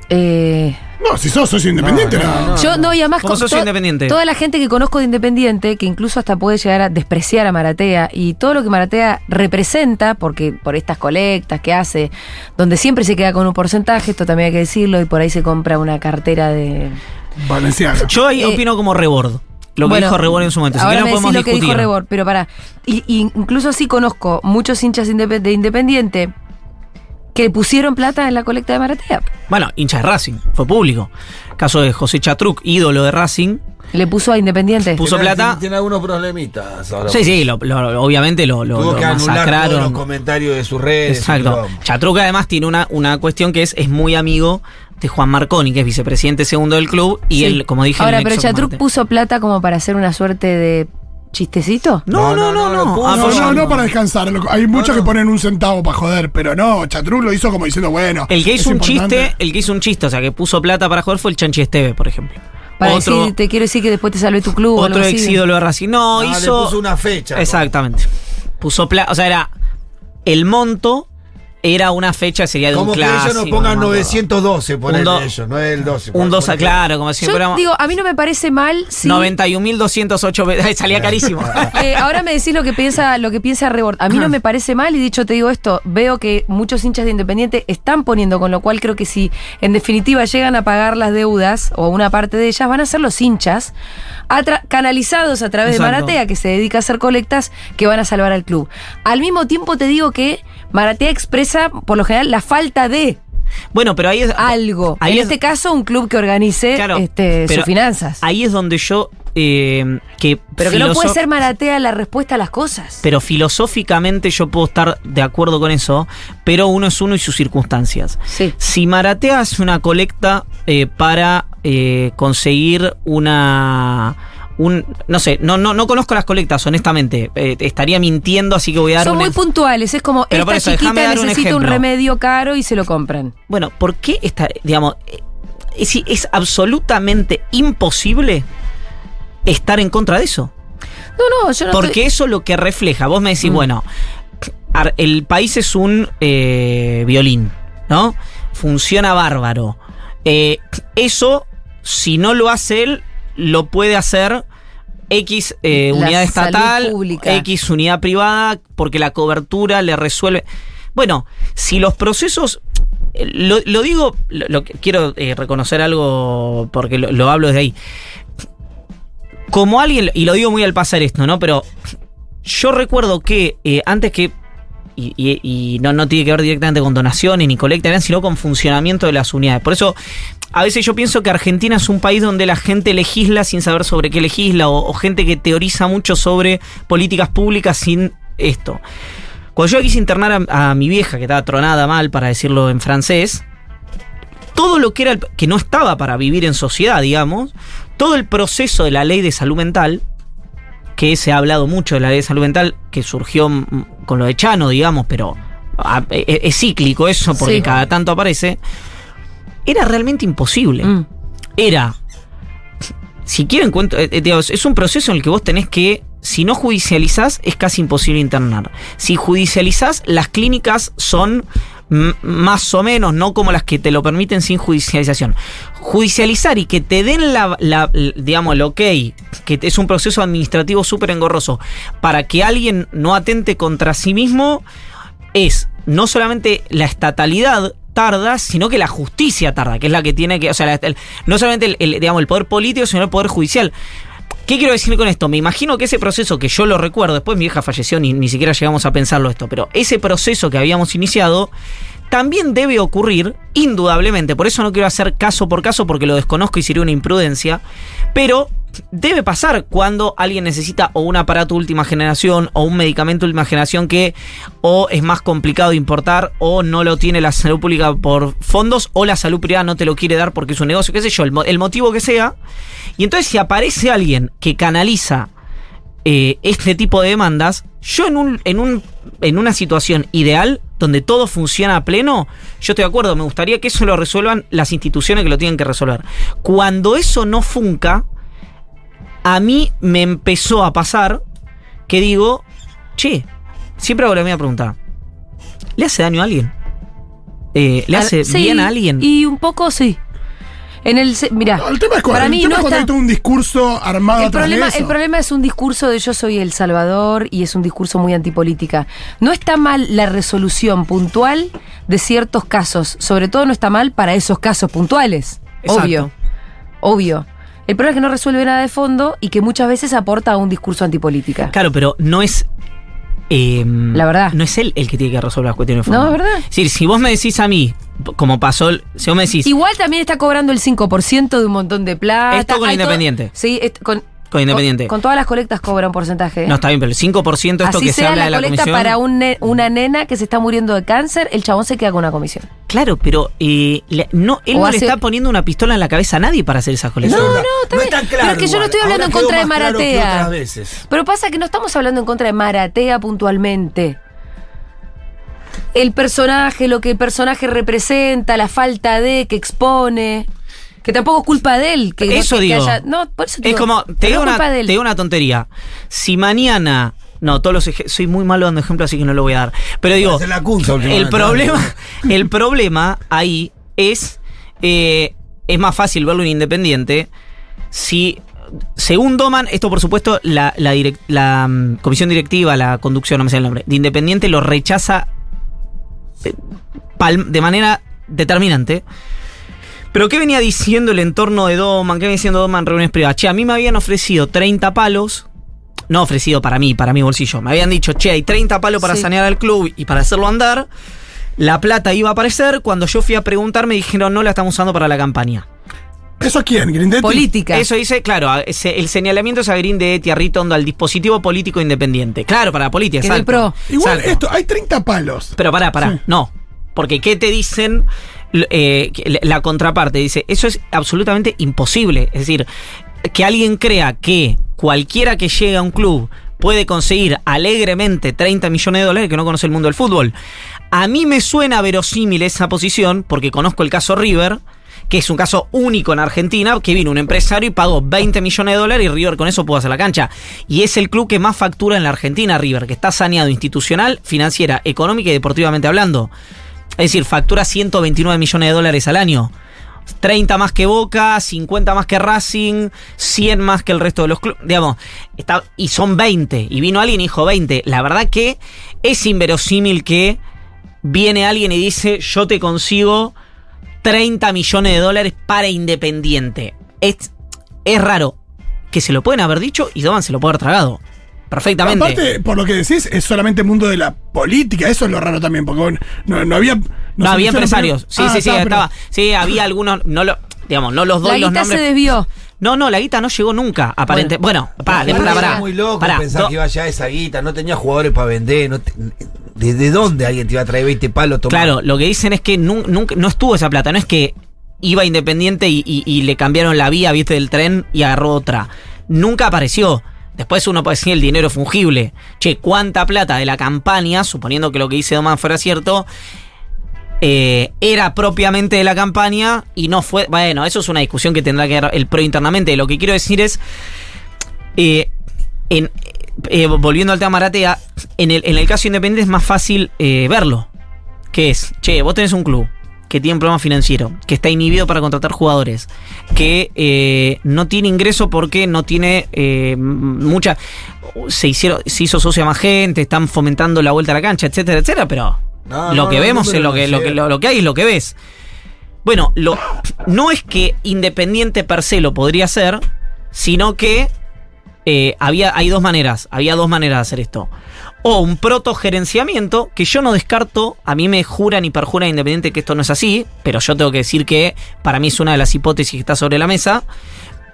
[SPEAKER 4] Eh,
[SPEAKER 6] No, si sos socio independiente,
[SPEAKER 7] No,
[SPEAKER 6] no.
[SPEAKER 7] no, no.
[SPEAKER 4] yo no, y además
[SPEAKER 5] Como socio
[SPEAKER 4] to-
[SPEAKER 5] independiente.
[SPEAKER 4] toda la gente que conozco de Independiente, que incluso hasta puede llegar a despreciar a Maratea, y todo lo que Maratea representa, porque por estas colectas que hace, donde siempre se queda con un porcentaje, esto también hay que decirlo, y por ahí se compra una cartera de.
[SPEAKER 6] Valenciaga.
[SPEAKER 5] Yo ahí
[SPEAKER 4] Eh,
[SPEAKER 5] opino como Rebord. Lo que
[SPEAKER 4] Bueno,
[SPEAKER 5] dijo Rebord en su momento. así
[SPEAKER 4] Ahora
[SPEAKER 5] que no
[SPEAKER 4] me decís
[SPEAKER 5] podemos
[SPEAKER 4] lo que
[SPEAKER 5] discutir.
[SPEAKER 4] dijo Rebor, pero para. incluso sí conozco muchos hinchas indepe- de Independiente que pusieron plata en la colecta de Maratea.
[SPEAKER 5] Bueno, hincha de Racing, fue público. Caso de José Chatruc, ídolo de Racing.
[SPEAKER 4] Le puso a Independiente.
[SPEAKER 5] Puso
[SPEAKER 7] tiene-
[SPEAKER 5] plata.
[SPEAKER 7] Tiene algunos problemitas ahora.
[SPEAKER 5] Sí, sí, lo- lo- obviamente lo, lo-
[SPEAKER 7] Tuvo
[SPEAKER 5] lo
[SPEAKER 7] que anular todos los
[SPEAKER 5] masacraron.
[SPEAKER 7] comentarios de sus redes.
[SPEAKER 5] Exacto.
[SPEAKER 7] y todo.
[SPEAKER 5] Chatruca además tiene una, una cuestión que es, es muy amigo de Juan Marconi, que es vicepresidente segundo del club, y
[SPEAKER 4] Sí.
[SPEAKER 5] él, como dije,
[SPEAKER 4] Ahora,
[SPEAKER 5] el
[SPEAKER 4] pero
[SPEAKER 5] exocomandante.
[SPEAKER 4] Chatruc puso plata como para hacer una suerte de chistecito.
[SPEAKER 5] No, no, no, no.
[SPEAKER 7] lo puso.
[SPEAKER 5] Ah,
[SPEAKER 6] No,
[SPEAKER 5] pues,
[SPEAKER 6] no, no
[SPEAKER 7] no.
[SPEAKER 6] para descansar. loco. Hay muchos que ponen un centavo para joder, pero no, Chatrú lo hizo como diciendo, bueno.
[SPEAKER 5] El que
[SPEAKER 6] es
[SPEAKER 5] hizo un
[SPEAKER 6] importante.
[SPEAKER 5] chiste, el que hizo un chiste, o sea, que puso plata para jugar fue el Chanchi Esteve, por ejemplo.
[SPEAKER 4] Para
[SPEAKER 5] otro
[SPEAKER 4] decir, te quiero decir que después te salvé tu club. o algo
[SPEAKER 5] otro
[SPEAKER 4] así.
[SPEAKER 5] ex ídolo de Racing. No,
[SPEAKER 7] Ah, le
[SPEAKER 5] hizo.
[SPEAKER 7] puso una fecha.
[SPEAKER 5] Exactamente. Puso plata. O sea, era. El monto era una fecha, sería de
[SPEAKER 7] Como
[SPEAKER 5] un
[SPEAKER 7] que ellos
[SPEAKER 5] clásico.
[SPEAKER 7] no pongan
[SPEAKER 5] no me acuerdo.
[SPEAKER 7] 912,
[SPEAKER 5] Un
[SPEAKER 7] ponen
[SPEAKER 5] do-
[SPEAKER 7] ellos, no es el 12.
[SPEAKER 5] Un 2
[SPEAKER 7] ponen-
[SPEAKER 5] claro, como
[SPEAKER 4] Yo
[SPEAKER 5] siempre éramos-
[SPEAKER 4] digo, a mí no me parece mal si.
[SPEAKER 5] 91.208 veces. Ay, salía carísimo.
[SPEAKER 4] Eh, ahora me decís lo que piensa, lo que piensa Rebord. A mí no me parece mal, y dicho te digo esto, veo que muchos hinchas de Independiente están poniendo, con lo cual creo que si en definitiva llegan a pagar las deudas, o una parte de ellas, van a ser los hinchas, atra- canalizados a través de
[SPEAKER 5] Exacto.
[SPEAKER 4] Maratea, que se dedica a hacer colectas, que van a salvar al club. Al mismo tiempo te digo que Maratea expresa, por lo general, la falta de
[SPEAKER 5] bueno, pero ahí es.
[SPEAKER 4] algo.
[SPEAKER 5] Ahí
[SPEAKER 4] en
[SPEAKER 5] es-
[SPEAKER 4] este caso, un club que organice
[SPEAKER 5] Claro,
[SPEAKER 4] este, sus
[SPEAKER 5] pero
[SPEAKER 4] finanzas.
[SPEAKER 5] Ahí es donde yo. eh, que
[SPEAKER 4] pero que no puede
[SPEAKER 5] filoso-
[SPEAKER 4] ser Maratea la respuesta a las cosas.
[SPEAKER 5] Pero filosóficamente yo puedo estar de acuerdo con eso, pero uno es uno y sus circunstancias.
[SPEAKER 4] sí.
[SPEAKER 5] Si Maratea hace una colecta eh, para eh, conseguir una. Un, no sé, no, no, no conozco las colectas, honestamente. Eh, estaría mintiendo, así que voy a dar
[SPEAKER 4] Son
[SPEAKER 5] un
[SPEAKER 4] muy
[SPEAKER 5] ex-
[SPEAKER 4] puntuales, es como
[SPEAKER 5] Pero por
[SPEAKER 4] esta
[SPEAKER 5] eso, déjame
[SPEAKER 4] chiquita
[SPEAKER 5] dar un
[SPEAKER 4] necesita un,
[SPEAKER 5] ejemplo.
[SPEAKER 4] remedio caro y se lo compran.
[SPEAKER 5] Bueno, ¿por qué está, digamos, eh, es, es absolutamente imposible estar en contra de eso?
[SPEAKER 4] No, no, yo no
[SPEAKER 5] Porque
[SPEAKER 4] estoy- Mm.
[SPEAKER 5] eso es lo que refleja. Vos me decís, bueno, ar- el país es un eh, violín, ¿no? Funciona bárbaro. Eh, eso, si no lo hace él, lo puede hacer X eh,
[SPEAKER 4] La salud
[SPEAKER 5] unidad estatal,
[SPEAKER 4] pública.
[SPEAKER 5] X unidad privada, porque la cobertura le resuelve. Bueno, si los procesos. eh, Lo, lo digo, lo, lo que- quiero eh, reconocer algo porque lo- lo hablo desde ahí como alguien, y lo digo muy al pasar esto, ¿no? Pero yo recuerdo que eh, antes que, y, y- y no, no tiene que ver directamente con donaciones ni colecta, ni nada, sino con funcionamiento de las unidades. Por eso, a veces yo pienso que Argentina es un país donde la gente legisla sin saber sobre qué legisla, o, o gente que teoriza mucho sobre políticas públicas sin esto. Cuando yo quise internar a, a mi vieja, que estaba tronada mal, para decirlo en francés, todo lo que era el- que no estaba para vivir en sociedad, digamos, todo el proceso de la ley de salud mental, que se ha hablado mucho de la ley de salud mental, que surgió mm, con lo de Chano, digamos, pero ah, e- e- es, cíclico eso, porque
[SPEAKER 4] Sí.
[SPEAKER 5] cada tanto aparece, era realmente imposible.
[SPEAKER 4] Mm.
[SPEAKER 5] Era, si quieren, cuento, eh, eh, digo, es un proceso en el que vos tenés que, si no judicializás, es casi imposible internar. Si judicializás, las clínicas son m- más o menos, no como las que te lo permiten sin judicialización. Judicializar y que te den la, la- l- digamos, el ok, que es un proceso administrativo súper engorroso, para que alguien no atente contra sí mismo, es no solamente la estatalidad tarda, sino que la justicia tarda, que es la que tiene que, o sea, la- el- no solamente el, el, digamos, el poder político, sino el poder judicial. ¿Qué quiero decir con esto? Me imagino que ese proceso, que yo lo recuerdo, después mi hija falleció, ni, ni siquiera llegamos a pensarlo esto, pero ese proceso que habíamos iniciado también debe ocurrir, indudablemente, por eso no quiero hacer caso por caso porque lo desconozco y sería una imprudencia, pero debe pasar cuando alguien necesita o un aparato última generación o un medicamento última generación que o es más complicado de importar o no lo tiene la salud pública por fondos o la salud privada no te lo quiere dar porque es un negocio, qué sé yo, el, mo- el motivo que sea. Y entonces si aparece alguien que canaliza eh, este tipo de demandas, yo en, un, en, un, en una situación ideal donde todo funciona a pleno, yo estoy de acuerdo, me gustaría que eso lo resuelvan las instituciones que lo tienen que resolver. Cuando eso no funca, a mí me empezó a pasar que digo, che, siempre hago la misma pregunta. ¿Le hace daño a alguien? Eh, ¿Le
[SPEAKER 4] Al-
[SPEAKER 5] hace
[SPEAKER 4] Ah, sí,
[SPEAKER 5] bien a alguien?
[SPEAKER 4] Y un poco sí. En el se- mirá,
[SPEAKER 6] No, el tema es cuando,
[SPEAKER 4] para mí
[SPEAKER 6] el tema
[SPEAKER 4] no
[SPEAKER 6] es cuando
[SPEAKER 4] está-
[SPEAKER 6] hay todo un discurso armado
[SPEAKER 4] el
[SPEAKER 6] atrás de
[SPEAKER 4] problema,
[SPEAKER 6] eso.
[SPEAKER 4] el problema es un discurso de yo soy El Salvador y es un discurso muy antipolítica. No está mal la resolución puntual de ciertos casos, sobre todo no está mal para esos casos puntuales.
[SPEAKER 5] Exacto.
[SPEAKER 4] Obvio. Obvio. El problema es que no resuelve nada de fondo y que muchas veces aporta a un discurso antipolítica.
[SPEAKER 5] Claro, pero no es. eh,
[SPEAKER 4] La verdad.
[SPEAKER 5] No es él el que tiene que resolver las cuestiones de fondo.
[SPEAKER 4] No, es verdad.
[SPEAKER 5] Es decir, si vos me decís a mí, como pasó, el- si vos me decís
[SPEAKER 4] Igual también está cobrando el 5% de un montón de plata.
[SPEAKER 5] Esto con
[SPEAKER 4] Hay todo-
[SPEAKER 5] Independiente.
[SPEAKER 4] Sí, est- con,
[SPEAKER 5] con Independiente.
[SPEAKER 4] Con, con todas las colectas cobra un porcentaje. ¿eh?
[SPEAKER 5] no está bien, pero el 5% esto
[SPEAKER 4] Así
[SPEAKER 5] que se
[SPEAKER 4] sea
[SPEAKER 5] habla
[SPEAKER 4] la
[SPEAKER 5] de la
[SPEAKER 4] colecta
[SPEAKER 5] comisión.
[SPEAKER 4] para un ne- una nena que se está muriendo de cáncer, el chabón se queda con una comisión.
[SPEAKER 5] Claro, pero eh, le- no, él
[SPEAKER 4] O
[SPEAKER 5] no le
[SPEAKER 4] hace-
[SPEAKER 5] está poniendo una pistola en la cabeza a nadie para hacer esas colecciones.
[SPEAKER 4] No, no, está bien. Pero es que yo no estoy hablando en contra de Maratea.
[SPEAKER 7] otras veces.
[SPEAKER 4] Pero pasa que no estamos hablando en contra de Maratea puntualmente. El personaje, lo que el personaje representa, la falta de, que expone. Que tampoco es culpa de él. Que
[SPEAKER 5] Eso
[SPEAKER 4] no, que
[SPEAKER 5] digo.
[SPEAKER 4] haya- no, por eso te
[SPEAKER 5] Es
[SPEAKER 4] digo,
[SPEAKER 5] como, te
[SPEAKER 4] pero
[SPEAKER 5] digo,
[SPEAKER 4] no es
[SPEAKER 5] una,
[SPEAKER 4] culpa de
[SPEAKER 5] te
[SPEAKER 4] él.
[SPEAKER 5] digo una tontería. Si mañana. No, todos los ej- soy muy malo dando ejemplos, así que no lo voy a dar. Pero digo,
[SPEAKER 7] Hacer la cunza
[SPEAKER 5] el
[SPEAKER 7] últimamente,
[SPEAKER 5] problema, el problema ahí es. eh, es más fácil verlo en Independiente. Si. Según Doman, esto por supuesto, la, la direc- la, mm, comisión directiva, la conducción, no me sé el nombre, de Independiente lo rechaza eh, palm- de manera determinante. Pero ¿qué venía diciendo el entorno de Doman? ¿Qué venía diciendo Doman en reuniones privadas? Che, a mí me habían ofrecido 30 palos. No ofrecido para mí, para mi bolsillo. Me habían dicho, che, hay 30 palos para
[SPEAKER 4] Sí.
[SPEAKER 5] sanear al club y para hacerlo andar. La plata iba a aparecer. Cuando yo fui a preguntar, me dijeron, no la estamos usando para la campaña.
[SPEAKER 6] ¿Eso quién? Grindetti.
[SPEAKER 4] Política.
[SPEAKER 5] Eso dice, claro, a- se- el señalamiento es a Green de Tiarritondo al dispositivo político independiente. Claro, para la política,
[SPEAKER 4] Que del
[SPEAKER 5] exacto.
[SPEAKER 4] pro.
[SPEAKER 6] Igual
[SPEAKER 5] Exacto.
[SPEAKER 6] esto, hay 30 palos.
[SPEAKER 5] Pero pará, pará,
[SPEAKER 6] Sí.
[SPEAKER 5] no. Porque ¿qué te dicen? L- eh, que la- la contraparte dice, eso es absolutamente imposible. Es decir, que alguien crea que cualquiera que llegue a un club puede conseguir alegremente 30 millones de dólares que no conoce el mundo del fútbol. A mí me suena verosímil esa posición porque conozco el caso River, que es un caso único en Argentina, que vino un empresario y pagó 20 millones de dólares y River con eso pudo hacer la cancha. Y es el club que más factura en la Argentina, River, que está saneado institucional, financiera, económica y deportivamente hablando. Es decir, factura 129 millones de dólares al año. 30 más que Boca, 50 más que Racing, 100 más que el resto de los clubes. Digamos, está, y son 20. Y vino alguien y dijo 20. La verdad que es inverosímil que viene alguien y dice, yo te consigo 30 millones de dólares para Independiente. Es, es raro que se lo pueden haber dicho y Doman se lo puede haber tragado. Perfectamente.
[SPEAKER 6] Aparte, por lo que decís, es solamente el mundo de la política. Eso es lo raro también, porque bueno, no, no había.
[SPEAKER 5] No,
[SPEAKER 6] se
[SPEAKER 5] había
[SPEAKER 6] mencionan,
[SPEAKER 5] empresarios. Sí,
[SPEAKER 6] pero- Ah,
[SPEAKER 5] sí, sí,
[SPEAKER 6] está, pero-
[SPEAKER 5] estaba. Sí, había algunos. No lo, digamos, no los doy
[SPEAKER 4] La
[SPEAKER 5] los
[SPEAKER 4] guita se
[SPEAKER 5] nombres.
[SPEAKER 4] desvió.
[SPEAKER 5] No, no, la guita no llegó nunca, aparente. Bueno, pará,
[SPEAKER 7] Aparte
[SPEAKER 5] después
[SPEAKER 7] era
[SPEAKER 5] Ah, pará, pará.
[SPEAKER 7] muy loco
[SPEAKER 5] Pará,
[SPEAKER 7] pensar
[SPEAKER 5] do-
[SPEAKER 7] que iba allá esa guita, no tenía jugadores para vender. No te- ¿De, de dónde alguien te iba a traer 20 palos? tomar?
[SPEAKER 5] Claro, lo que dicen es que nun- nunca, no estuvo esa plata, no es que iba Independiente y, y- y le cambiaron la vía, viste, del tren y agarró otra. Nunca apareció. Después uno puede decir el dinero fungible. Che, cuánta plata de la campaña, suponiendo que lo que dice Doman fuera cierto, eh, era propiamente de la campaña y no fue. Bueno, eso es una discusión que tendrá que dar el pro internamente. Lo que quiero decir es. eh, en- eh, volviendo al tema Maratea, en el, en el caso Independiente es más fácil eh, verlo. Que es, che, vos tenés un club que tiene un problema financiero, que está inhibido para contratar jugadores, que eh, no tiene ingreso porque no tiene eh, m- mucha. Se, hicieron, se hizo socia más gente, están fomentando la vuelta a la cancha, etcétera, etcétera, pero
[SPEAKER 7] No,
[SPEAKER 5] lo
[SPEAKER 7] no,
[SPEAKER 5] que
[SPEAKER 7] los
[SPEAKER 5] vemos es lo
[SPEAKER 7] números
[SPEAKER 5] que,
[SPEAKER 7] no
[SPEAKER 5] lo, que,
[SPEAKER 7] llegan.
[SPEAKER 5] lo, lo que hay es lo que ves. Bueno, lo, no es que Independiente per se lo podría hacer, sino que eh, había, hay dos maneras, había dos maneras de hacer esto. O un protogerenciamiento, que yo no descarto, a mí me juran y perjuran Independiente que esto no es así, pero yo tengo que decir que para mí es una de las hipótesis que está sobre la mesa,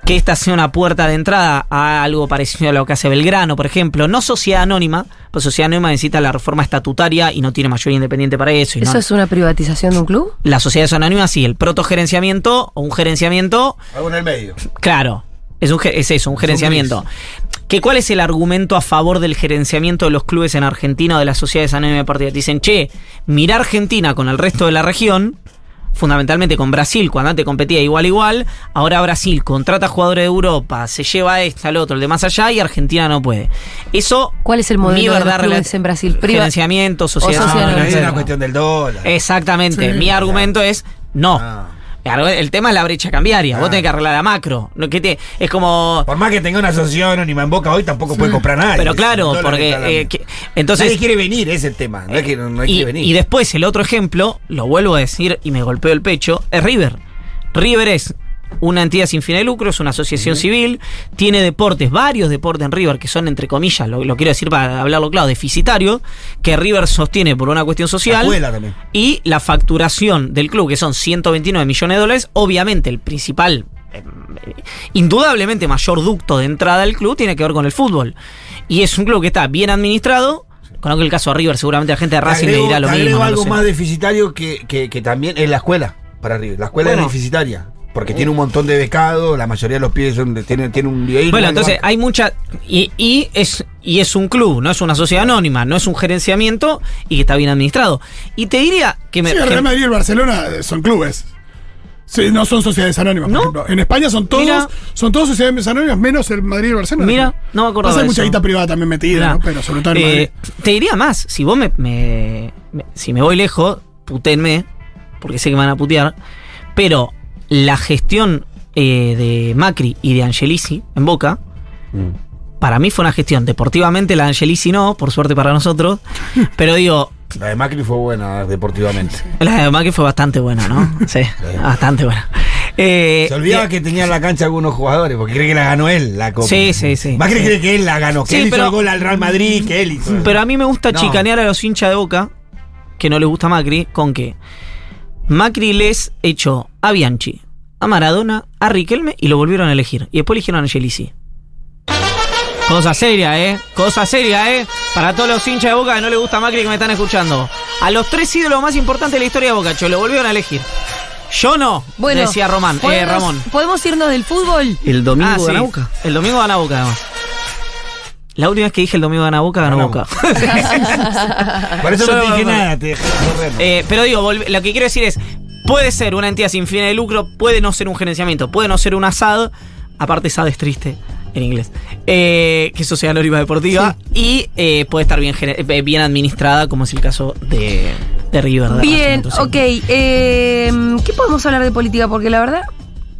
[SPEAKER 5] que esta sea una puerta de entrada a algo parecido a lo que hace Belgrano, por ejemplo, no sociedad anónima, pues sociedad anónima necesita la reforma estatutaria y no tiene mayoría independiente para eso. y no-
[SPEAKER 4] ¿Eso es una privatización de un club?
[SPEAKER 5] Las sociedades anónimas sí, el protogerenciamiento o un gerenciamiento
[SPEAKER 7] Algo en el medio.
[SPEAKER 5] Claro, es, un, ge- es eso, un gerenciamiento. que cuál es el argumento a favor del gerenciamiento de los clubes en Argentina o de las sociedades anónimas partidas. Dicen, che, mira Argentina con el resto de la región, fundamentalmente con Brasil, cuando antes competía igual igual, ahora Brasil contrata jugadores de Europa, se lleva a este, al otro, el de más allá, y Argentina no puede. Eso,
[SPEAKER 4] ¿Cuál es el modelo
[SPEAKER 5] mi
[SPEAKER 4] de
[SPEAKER 5] verdad
[SPEAKER 4] los clubes
[SPEAKER 5] rela-
[SPEAKER 4] en Brasil? Priva-
[SPEAKER 5] gerenciamiento, sociedad.
[SPEAKER 4] O
[SPEAKER 7] Ah,
[SPEAKER 4] sociedad
[SPEAKER 5] anónima,
[SPEAKER 7] no, es
[SPEAKER 5] etcétera.
[SPEAKER 7] una cuestión del dólar.
[SPEAKER 5] Exactamente,
[SPEAKER 6] Sí.
[SPEAKER 5] mi argumento es no.
[SPEAKER 7] Ah.
[SPEAKER 5] Claro, El tema es la brecha cambiaria. Vos
[SPEAKER 7] Ah.
[SPEAKER 5] tenés que arreglar la macro. No, que te, es como.
[SPEAKER 7] Por más que tenga una asociación anónima en boca hoy, tampoco puede comprar nada.
[SPEAKER 5] Pero claro, porque. eh, que- entonces. Eh,
[SPEAKER 7] nadie quiere venir, es el tema. No es que no, no
[SPEAKER 5] y,
[SPEAKER 7] quiere venir.
[SPEAKER 5] y después el otro ejemplo, lo vuelvo a decir y me golpeo el pecho, es River. River es una entidad sin fin de lucro, es una asociación civil, tiene deportes, varios deportes en River que son, entre comillas, lo, lo quiero decir para hablarlo claro, deficitarios, que River sostiene por una cuestión social.
[SPEAKER 7] Acuela también.
[SPEAKER 5] Y la facturación del club, que son 129 millones de dólares, obviamente el principal, eh, indudablemente mayor ducto de entrada del club tiene que ver con el fútbol. Y es un club que está bien administrado. Conozco el caso de River, seguramente la gente de
[SPEAKER 7] Te
[SPEAKER 5] Racing le
[SPEAKER 7] agrego-
[SPEAKER 5] dirá lo
[SPEAKER 7] te
[SPEAKER 5] mismo.
[SPEAKER 7] agrego
[SPEAKER 5] no lo
[SPEAKER 7] algo
[SPEAKER 5] sé.
[SPEAKER 7] más deficitario que, que- que también es la escuela para arriba. La escuela
[SPEAKER 5] Bueno.
[SPEAKER 7] es deficitaria. Porque tiene un montón de becados, la mayoría de los pibes son, tienen, tienen un nivel.
[SPEAKER 5] Bueno,
[SPEAKER 7] no
[SPEAKER 5] entonces
[SPEAKER 7] banca.
[SPEAKER 5] hay mucha. Y, y es, y es un club, no es una sociedad anónima, no es un gerenciamiento y que está bien administrado. Y te diría que me.
[SPEAKER 6] Sí, el
[SPEAKER 5] que-
[SPEAKER 6] Real Madrid y el Barcelona eh, son clubes. Sí, no son sociedades anónimas, por
[SPEAKER 5] ¿No?
[SPEAKER 6] ejemplo. En España son todos,
[SPEAKER 5] Mira.
[SPEAKER 6] son todos sociedades anónimas, menos el Madrid y el Barcelona.
[SPEAKER 5] Mira, no me acordaba
[SPEAKER 6] Pasa que hay
[SPEAKER 5] de
[SPEAKER 6] mucha
[SPEAKER 5] eso.
[SPEAKER 6] guita privada también metida,
[SPEAKER 5] Mirá,
[SPEAKER 6] ¿no? Pero sobre todo en
[SPEAKER 5] eh,
[SPEAKER 6] Madrid.
[SPEAKER 5] Te diría más, si vos me, me- me- Si me voy lejos, putenme, porque sé que me van a putear. Pero la gestión eh, de Macri y de Angelici en Boca. Para mí fue una gestión. Deportivamente la de Angelici no, por suerte para nosotros. Pero digo,
[SPEAKER 7] La de Macri fue buena deportivamente.
[SPEAKER 5] la de Macri fue bastante buena, ¿no? Sí, bastante buena. Eh,
[SPEAKER 7] Se olvidaba que tenía en la cancha algunos jugadores, porque cree que la ganó él la copa.
[SPEAKER 5] Sí, sí, sí.
[SPEAKER 7] Macri cree que él la ganó, que
[SPEAKER 5] Sí,
[SPEAKER 7] él hizo
[SPEAKER 5] pero-
[SPEAKER 7] el gol al Real Madrid, que él hizo.
[SPEAKER 5] Pero a mí me gusta
[SPEAKER 7] No.
[SPEAKER 5] chicanear a los hinchas de Boca, que no les gusta Macri, con que Macri les echó a Bianchi, a Maradona, a Riquelme y lo volvieron a elegir. Y después eligieron a Angelici. Cosa seria, ¿eh? Cosa seria, ¿eh? Para todos los hinchas de Boca que no les gusta Macri que me están escuchando. A los tres ídolos más importantes de la historia de Boca, che, lo volvieron a elegir. Yo no,
[SPEAKER 4] Bueno,
[SPEAKER 5] decía Román, eh,
[SPEAKER 4] ¿podemos-
[SPEAKER 5] Ramón.
[SPEAKER 4] ¿Podemos irnos del fútbol?
[SPEAKER 5] El domingo
[SPEAKER 2] gana
[SPEAKER 5] Boca. El domingo gana Boca, además. La última vez que dije el domingo gana Boca, ganó
[SPEAKER 7] Ganó
[SPEAKER 5] Boca.
[SPEAKER 7] Por eso no te
[SPEAKER 5] Solo-
[SPEAKER 7] dije nada, te dejé correr.
[SPEAKER 5] Eh, pero digo, volve- lo que quiero decir es, puede ser una entidad sin fines de lucro, puede no ser un gerenciamiento, puede no ser un asado aparte SAD es triste en inglés, eh, que es Sociedad Anónima Deportiva, y eh, puede estar bien, gener- eh, bien administrada, como es el caso de, de River. de
[SPEAKER 4] Bien,
[SPEAKER 5] Racing,
[SPEAKER 4] ok.
[SPEAKER 5] entonces.
[SPEAKER 4] eh, ¿Qué podemos hablar de política? Porque la verdad.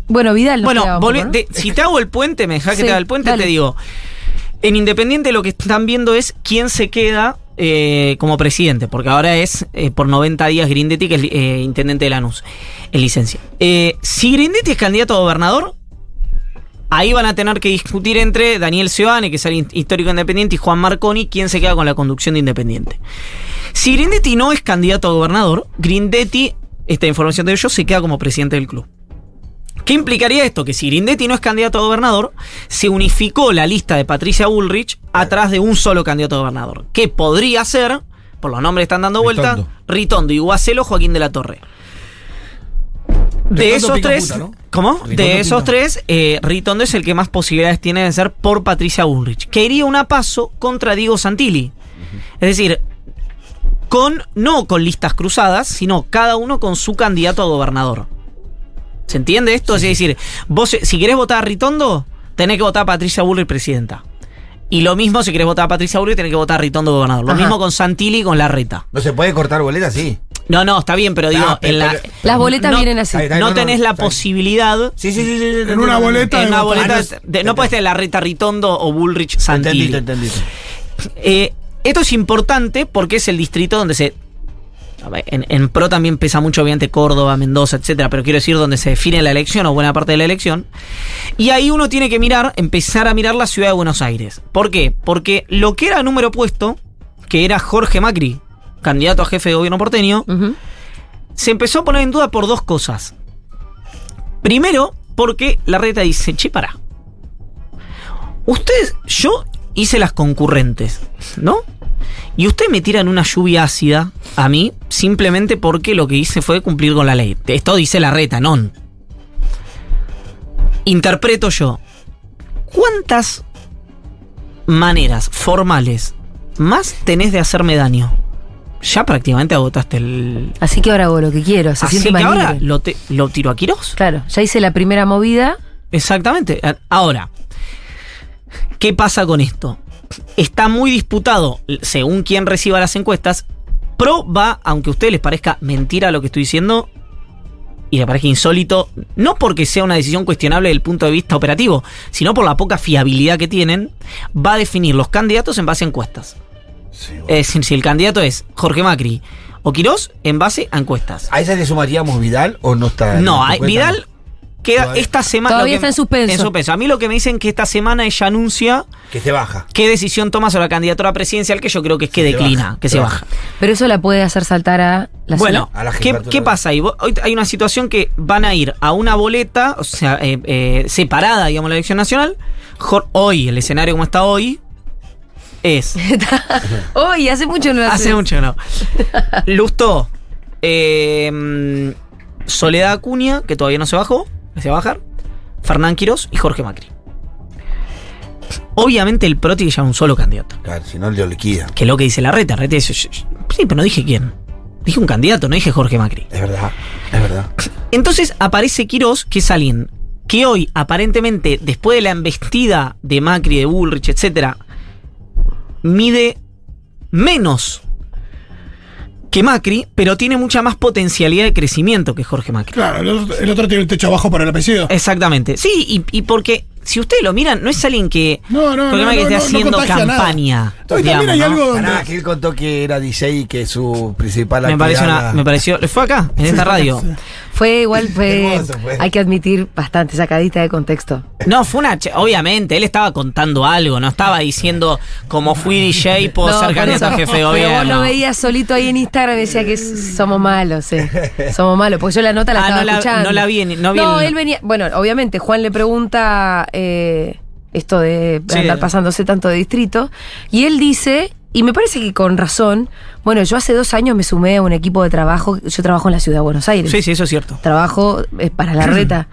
[SPEAKER 4] Bueno, Vidal. nos
[SPEAKER 5] Bueno,
[SPEAKER 4] quedaba un poco,
[SPEAKER 5] volve-
[SPEAKER 4] ¿no?
[SPEAKER 5] te- si te hago el puente, me dejás
[SPEAKER 4] Sí,
[SPEAKER 5] que te haga el puente,
[SPEAKER 4] dale.
[SPEAKER 5] te digo, en Independiente lo que están viendo es quién se queda eh, como presidente, porque ahora es eh, por 90 días Grindetti, que es eh, intendente de Lanús, en licencia. Eh, si Grindetti es candidato a gobernador, ahí van a tener que discutir entre Daniel Seoane, que es el hin- histórico independiente, y Juan Marconi, quién se queda con la conducción de Independiente. Si Grindetti no es candidato a gobernador, Grindetti, esta información de ellos, se queda como presidente del club. ¿Qué implicaría esto? Que si Grindetti no es candidato a gobernador, se unificó la lista de Patricia Bullrich atrás de un solo candidato a gobernador. Que podría ser, por los nombres que están dando vuelta, Ritondo,
[SPEAKER 7] Ritondo.
[SPEAKER 5] y Guacelo Joaquín de la Torre. De
[SPEAKER 7] Ritondo
[SPEAKER 5] esos
[SPEAKER 7] pica
[SPEAKER 5] tres.
[SPEAKER 7] puta, ¿no?
[SPEAKER 5] ¿Cómo?
[SPEAKER 7] Ritondo
[SPEAKER 5] de esos
[SPEAKER 7] pinta.
[SPEAKER 5] tres, eh, Ritondo es el que más posibilidades tiene de ser por Patricia Bullrich. Que iría una paso contra Diego Santilli. Es decir, con, no con listas cruzadas, sino cada uno con su candidato a gobernador. ¿Se entiende esto? es decir, vos eh, si querés votar a Ritondo, tenés que votar a Patricia Bullrich presidenta. Y lo mismo si querés votar a Patricia Bullrich, tenés que votar a Ritondo gobernador. Lo
[SPEAKER 4] Ajá.
[SPEAKER 5] mismo con Santilli y con Larreta.
[SPEAKER 7] No se puede cortar boletas, sí.
[SPEAKER 5] No, no, está bien, pero digo,
[SPEAKER 7] Ah, pero-
[SPEAKER 5] en la-
[SPEAKER 7] pero-
[SPEAKER 4] Las boletas
[SPEAKER 5] no-
[SPEAKER 4] vienen así.
[SPEAKER 7] Ahí está, ahí,
[SPEAKER 5] no,
[SPEAKER 7] no, no,
[SPEAKER 5] tenés la
[SPEAKER 7] está bien.
[SPEAKER 5] posibilidad
[SPEAKER 7] Sí, sí, sí, sí, sí,
[SPEAKER 6] En una boleta
[SPEAKER 5] en
[SPEAKER 6] de
[SPEAKER 5] una
[SPEAKER 6] votar.
[SPEAKER 5] boleta.
[SPEAKER 7] Ah,
[SPEAKER 5] de- de- no puedes tener Larreta, Ritondo o Bullrich, Santilli.
[SPEAKER 7] Entendí, te entendí.
[SPEAKER 5] Eh, esto es importante porque es el distrito donde se. a ver, En, en pro también pesa mucho, obviamente, Córdoba, Mendoza, etcétera, pero quiero decir donde se define la elección o buena parte de la elección. Y ahí uno tiene que mirar, empezar a mirar la ciudad de Buenos Aires. ¿Por qué? Porque lo que era número puesto, que era Jorge Macri, candidato a jefe de gobierno porteño,
[SPEAKER 4] Ujú.
[SPEAKER 5] se empezó a poner en duda por dos cosas. Primero, porque la reta dice, che, para. Ustedes, yo hice las concurrentes, ¿no? Y ustedes me tiran una lluvia ácida a mí simplemente porque lo que hice fue cumplir con la ley. Esto dice la reta, non. Interpreto yo. ¿Cuántas maneras formales más tenés de hacerme daño. Ya prácticamente agotaste el.
[SPEAKER 4] Así que ahora hago lo que quiero. Se
[SPEAKER 5] Así
[SPEAKER 4] siente más
[SPEAKER 5] que ahora
[SPEAKER 4] libre.
[SPEAKER 5] lo, te- lo tiro a Quirós.
[SPEAKER 4] Claro, ya hice la primera movida.
[SPEAKER 5] Exactamente. A- Ahora, ¿qué pasa con esto? Está muy disputado, l- según quien reciba las encuestas. Pro va, aunque a ustedes les parezca mentira lo que estoy diciendo y les parezca insólito, no porque sea una decisión cuestionable desde el punto de vista operativo, sino por la poca fiabilidad que tienen, va a definir los candidatos en base a encuestas. Es decir, si el candidato es Jorge Macri o Quirós, en base a encuestas.
[SPEAKER 7] ¿A esa le sumaríamos Vidal o no está? en
[SPEAKER 5] No,
[SPEAKER 7] tu
[SPEAKER 5] hay-
[SPEAKER 7] cuenta?
[SPEAKER 5] Vidal queda
[SPEAKER 7] Todavía-
[SPEAKER 5] esta semana.
[SPEAKER 4] Todavía
[SPEAKER 5] lo
[SPEAKER 4] está en suspenso.
[SPEAKER 5] En suspenso. A mí lo que me dicen que esta semana ella anuncia
[SPEAKER 7] Que se baja.
[SPEAKER 5] qué decisión toma sobre la candidatura presidencial, que yo creo que es que
[SPEAKER 7] Se
[SPEAKER 5] declina,
[SPEAKER 7] baja,
[SPEAKER 5] que
[SPEAKER 7] se
[SPEAKER 5] se
[SPEAKER 7] baja.
[SPEAKER 5] baja.
[SPEAKER 4] Pero eso la puede hacer saltar a la
[SPEAKER 5] Bueno,
[SPEAKER 7] A la
[SPEAKER 5] ¿qué,
[SPEAKER 7] jefatura
[SPEAKER 5] qué
[SPEAKER 7] de-
[SPEAKER 5] pasa ahí? Vos- Hoy hay una situación que van a ir a una boleta, o sea, eh, eh, separada, digamos, la elección nacional. Jor- Hoy, el escenario como está hoy, es.
[SPEAKER 4] zona. Hoy, hace mucho no lo
[SPEAKER 5] Hace
[SPEAKER 4] haces.
[SPEAKER 5] mucho que no. Lustó. eh, Soledad Acuña, que todavía no se bajó, que se va a bajar. Fernán Quirós y Jorge Macri. Obviamente el PRO tiene ya un solo candidato.
[SPEAKER 7] Claro, si no lo liquida.
[SPEAKER 5] Que es lo que dice la reta. Reta dice, "Sh- sh- sí, pero no dije quién. Dije un candidato, no dije Jorge Macri.
[SPEAKER 7] Es verdad, es verdad.
[SPEAKER 5] Entonces aparece Quirós, que es alguien que hoy, aparentemente, después de la embestida de Macri, de Bullrich, etc., mide menos que Macri, pero tiene mucha más potencialidad de crecimiento que Jorge Macri.
[SPEAKER 6] Claro, el otro, el otro tiene un techo abajo para el apellido.
[SPEAKER 5] Exactamente. Sí, y, y porque si ustedes lo miran, no es alguien que.
[SPEAKER 6] No, no,
[SPEAKER 5] Jorge
[SPEAKER 6] no,
[SPEAKER 5] Macri
[SPEAKER 6] no,
[SPEAKER 5] esté
[SPEAKER 6] no, no
[SPEAKER 5] haciendo
[SPEAKER 6] contagia nada.
[SPEAKER 5] campaña.
[SPEAKER 6] No, y también
[SPEAKER 5] digamos,
[SPEAKER 6] hay
[SPEAKER 5] ¿no?
[SPEAKER 6] algo donde.
[SPEAKER 7] Pará, que él contó que era DJ y que su principal
[SPEAKER 5] Me pareció,
[SPEAKER 7] actividad
[SPEAKER 5] una-
[SPEAKER 7] era-
[SPEAKER 5] me pareció. Fue acá, en esta radio.
[SPEAKER 4] Fue igual, fue,
[SPEAKER 7] Hermoso fue.
[SPEAKER 4] Hay que admitir bastante sacadita de contexto.
[SPEAKER 5] No, fue una. ch- Obviamente, él estaba contando algo, no estaba diciendo como fui DJ puedo
[SPEAKER 4] No,
[SPEAKER 5] ser
[SPEAKER 4] por
[SPEAKER 5] candidato
[SPEAKER 4] eso.
[SPEAKER 5] a jefe de
[SPEAKER 4] Pero vos
[SPEAKER 5] gobierno.
[SPEAKER 4] lo veías solito ahí en Instagram y decía que s- somos malos, sí. Somos malos, porque yo la nota la
[SPEAKER 5] Ah,
[SPEAKER 4] estaba
[SPEAKER 5] no la-
[SPEAKER 4] escuchando.
[SPEAKER 5] no la vi ni- no vi el-
[SPEAKER 4] él venía. Bueno, obviamente, Juan le pregunta eh, esto de
[SPEAKER 5] Sí.
[SPEAKER 4] andar pasándose tanto de distrito. Y él dice. Y me parece que con razón, bueno, yo hace dos años me sumé a un equipo de trabajo, yo trabajo en la ciudad de Buenos Aires
[SPEAKER 5] Sí, sí, eso es cierto.
[SPEAKER 4] trabajo eh, para la reta.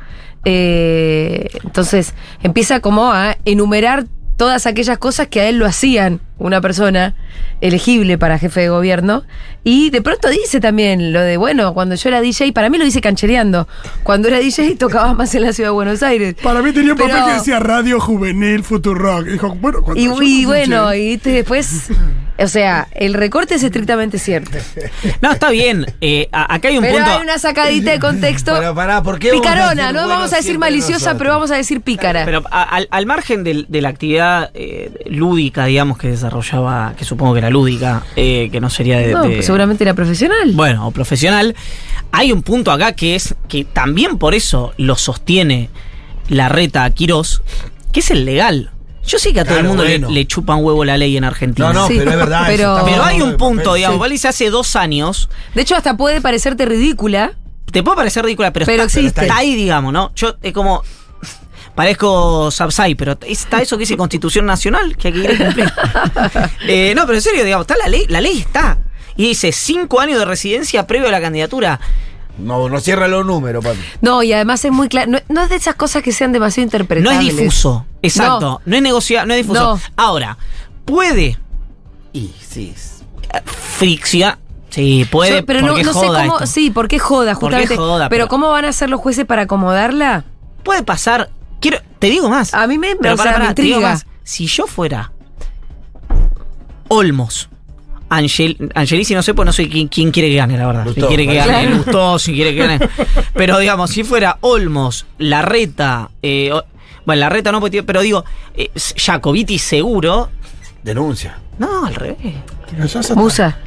[SPEAKER 4] Eh, entonces empieza como a enumerar todas aquellas cosas que a él lo hacían una persona elegible para jefe de gobierno. Y de pronto dice también lo de, bueno, cuando yo era DJ, para mí lo dice canchereando, cuando era DJ tocaba más en la ciudad de Buenos Aires.
[SPEAKER 6] Para mí tenía un papel
[SPEAKER 4] Pero-
[SPEAKER 6] que decía Radio Juvenil Futurock. Y dijo, bueno, cuando
[SPEAKER 4] Y,
[SPEAKER 6] yo
[SPEAKER 4] y
[SPEAKER 6] escuché-
[SPEAKER 4] bueno, y viste, después, o sea, el recorte es estrictamente cierto.
[SPEAKER 5] No, está bien. eh, a- acá hay un
[SPEAKER 4] Pero
[SPEAKER 5] punto.
[SPEAKER 4] hay una sacadita de contexto.
[SPEAKER 7] Pará, pará, ¿por qué vamos a
[SPEAKER 4] Picarona,
[SPEAKER 7] ser
[SPEAKER 4] no
[SPEAKER 7] buenos
[SPEAKER 4] vamos a decir
[SPEAKER 7] siempre
[SPEAKER 4] maliciosa,
[SPEAKER 7] nosotros?
[SPEAKER 4] pero vamos a decir pícara.
[SPEAKER 5] Pero a- al, al margen del- de la actividad eh, lúdica, digamos, que desarrollaba, que supongo que era lúdica, eh, que no sería de.
[SPEAKER 4] No,
[SPEAKER 5] de-
[SPEAKER 4] pues seguramente era profesional.
[SPEAKER 5] Bueno, o profesional. Hay un punto acá que es que también por eso lo sostiene la reta a Quirós, que es el legal. Yo sé que a todo el
[SPEAKER 7] Claro,
[SPEAKER 5] mundo le-
[SPEAKER 7] bueno.
[SPEAKER 5] le, chupan huevo la ley en Argentina.
[SPEAKER 7] No, no,
[SPEAKER 4] Sí,
[SPEAKER 7] pero es verdad.
[SPEAKER 4] pero-
[SPEAKER 7] eso está
[SPEAKER 5] Pero
[SPEAKER 7] bueno,
[SPEAKER 5] hay un
[SPEAKER 7] el
[SPEAKER 5] punto,
[SPEAKER 7] papel.
[SPEAKER 5] digamos, igual dice hace dos años,
[SPEAKER 4] De hecho, hasta puede parecerte ridícula.
[SPEAKER 5] te puede parecer ridícula, pero,
[SPEAKER 4] Pero
[SPEAKER 5] está,
[SPEAKER 4] existe.
[SPEAKER 5] está ahí, digamos, ¿no? Yo es como. Parezco Sapsai, pero está eso que dice Constitución Nacional, que hay que ir a cumplir. Eh, no, pero en serio, digamos, está la ley, la ley está. Y dice cinco años de residencia previo a la candidatura.
[SPEAKER 7] No, no cierra los números, papi.
[SPEAKER 4] No, y además es muy claro. No, no es de esas cosas que sean demasiado
[SPEAKER 5] No es
[SPEAKER 4] interpretables.
[SPEAKER 5] difuso. Exacto. No, es negociable, no es difuso.
[SPEAKER 4] No.
[SPEAKER 5] Ahora, puede
[SPEAKER 7] Y sí. es-
[SPEAKER 5] fricción. Sí, puede.
[SPEAKER 4] Yo- pero no,
[SPEAKER 5] porque
[SPEAKER 4] no sé
[SPEAKER 5] joda
[SPEAKER 4] cómo.
[SPEAKER 5] esto.
[SPEAKER 4] Sí, porque joda,
[SPEAKER 5] Porque
[SPEAKER 4] justamente.
[SPEAKER 5] joda,
[SPEAKER 4] pero,
[SPEAKER 5] pero-
[SPEAKER 4] ¿cómo van a hacer los jueces para acomodarla?
[SPEAKER 5] Puede pasar. Quiero, te digo más.
[SPEAKER 4] A mí me,
[SPEAKER 5] Pero
[SPEAKER 4] o
[SPEAKER 5] pará,
[SPEAKER 4] sea, me
[SPEAKER 5] pará, te digo
[SPEAKER 4] intriga.
[SPEAKER 5] más. Si yo fuera Olmos, Angel, Angelici, no sé, pues no sé quién, quién quiere que gane, la verdad. Si
[SPEAKER 7] Lustó,
[SPEAKER 5] quiere que
[SPEAKER 7] parece.
[SPEAKER 5] gane
[SPEAKER 7] Claro.
[SPEAKER 5] Lustó, si quiere que gane. Pero digamos, si fuera Olmos, Larreta, eh, o- bueno, Larreta no, porque tiene- pero digo, eh, Jacobiti seguro.
[SPEAKER 7] Denuncia.
[SPEAKER 5] No, al revés.
[SPEAKER 6] Ya está.
[SPEAKER 4] Musa.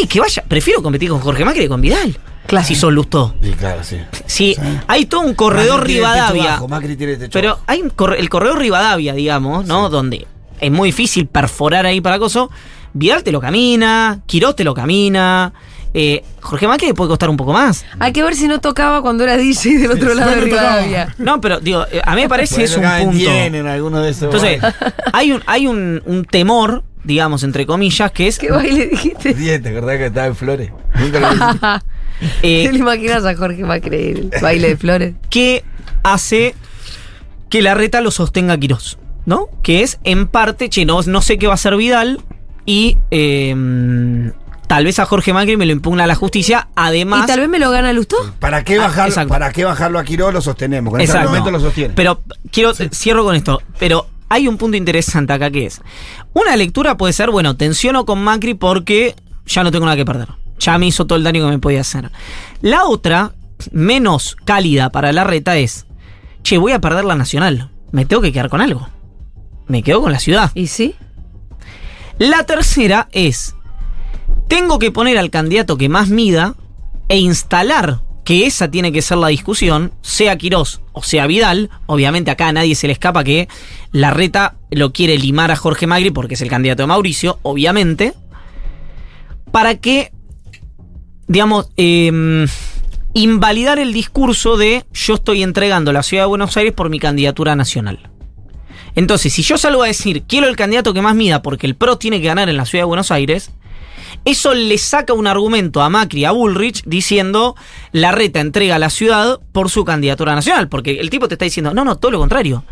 [SPEAKER 5] Y que vaya, prefiero competir con Jorge Macri que con Vidal.
[SPEAKER 4] Claro.
[SPEAKER 5] Si son Lustó.
[SPEAKER 7] Sí, claro, sí.
[SPEAKER 5] Si hay todo un corredor
[SPEAKER 7] Macri tiene el techo
[SPEAKER 5] Rivadavia.
[SPEAKER 7] bajo, Macri tiene el techo
[SPEAKER 5] Pero
[SPEAKER 7] bajo.
[SPEAKER 5] hay un corre- el correo Rivadavia, digamos, ¿no? Donde es muy difícil perforar ahí para acoso. Vidal te lo camina, Quirós te lo camina. eh, Jorge Macri le puede costar un poco más.
[SPEAKER 4] Hay que ver si no tocaba cuando era DJ del otro
[SPEAKER 6] Sí,
[SPEAKER 4] lado
[SPEAKER 6] no
[SPEAKER 4] de
[SPEAKER 6] le tocaba.
[SPEAKER 4] Rivadavia.
[SPEAKER 5] No, pero digo, eh, a mí me parece
[SPEAKER 7] Bueno,
[SPEAKER 5] es un
[SPEAKER 7] caen
[SPEAKER 5] punto.
[SPEAKER 7] bien en alguno de esos.
[SPEAKER 5] Entonces, hay un, hay un, un temor, digamos, entre comillas, que es
[SPEAKER 4] ¿Qué baile dijiste?
[SPEAKER 7] Bien, ¿te acordás que estaba en Flores? Nunca lo vi.
[SPEAKER 5] eh,
[SPEAKER 4] ¿Te lo imaginas a Jorge Macri? El baile de flores.
[SPEAKER 5] que hace que la reta lo sostenga a Quirós. ¿no? Que es en parte, che, no, no sé qué va a ser Vidal y eh, tal vez a Jorge Macri me lo impugna la justicia, además...
[SPEAKER 4] ¿Y tal vez me lo gana Lustó?
[SPEAKER 7] ¿Para qué,
[SPEAKER 5] Ah,
[SPEAKER 7] bajarlo,
[SPEAKER 5] exacto.
[SPEAKER 7] ¿Para qué bajarlo a Quiró? Lo sostenemos. Con ese
[SPEAKER 5] Exacto.
[SPEAKER 7] argumento este lo sostiene.
[SPEAKER 5] Pero quiero, cierro con esto, pero hay un punto interesante acá que es, una lectura puede ser, bueno, tensiono con Macri porque ya no tengo nada que perder, ya me hizo todo el daño que me podía hacer. La otra, menos cálida para la reta es, che, voy a perder la nacional, me tengo que quedar con algo, me quedo con la ciudad.
[SPEAKER 4] ¿Y sí?
[SPEAKER 5] La tercera es, tengo que poner al candidato que más mida e instalar que esa tiene que ser la discusión, sea Quirós o sea Vidal, obviamente acá a nadie se le escapa que la reta lo quiere limar a Jorge Magri porque es el candidato de Mauricio, obviamente, para que, digamos, eh, invalidar el discurso de yo estoy entregando la ciudad de Buenos Aires por mi candidatura nacional. Entonces, si yo salgo a decir, quiero el candidato que más mida porque el PRO tiene que ganar en la ciudad de Buenos Aires, eso le saca un argumento a Macri, a Bullrich, diciendo, la reta entrega a la ciudad por su candidatura nacional, porque el tipo te está diciendo, no, no, todo lo contrario.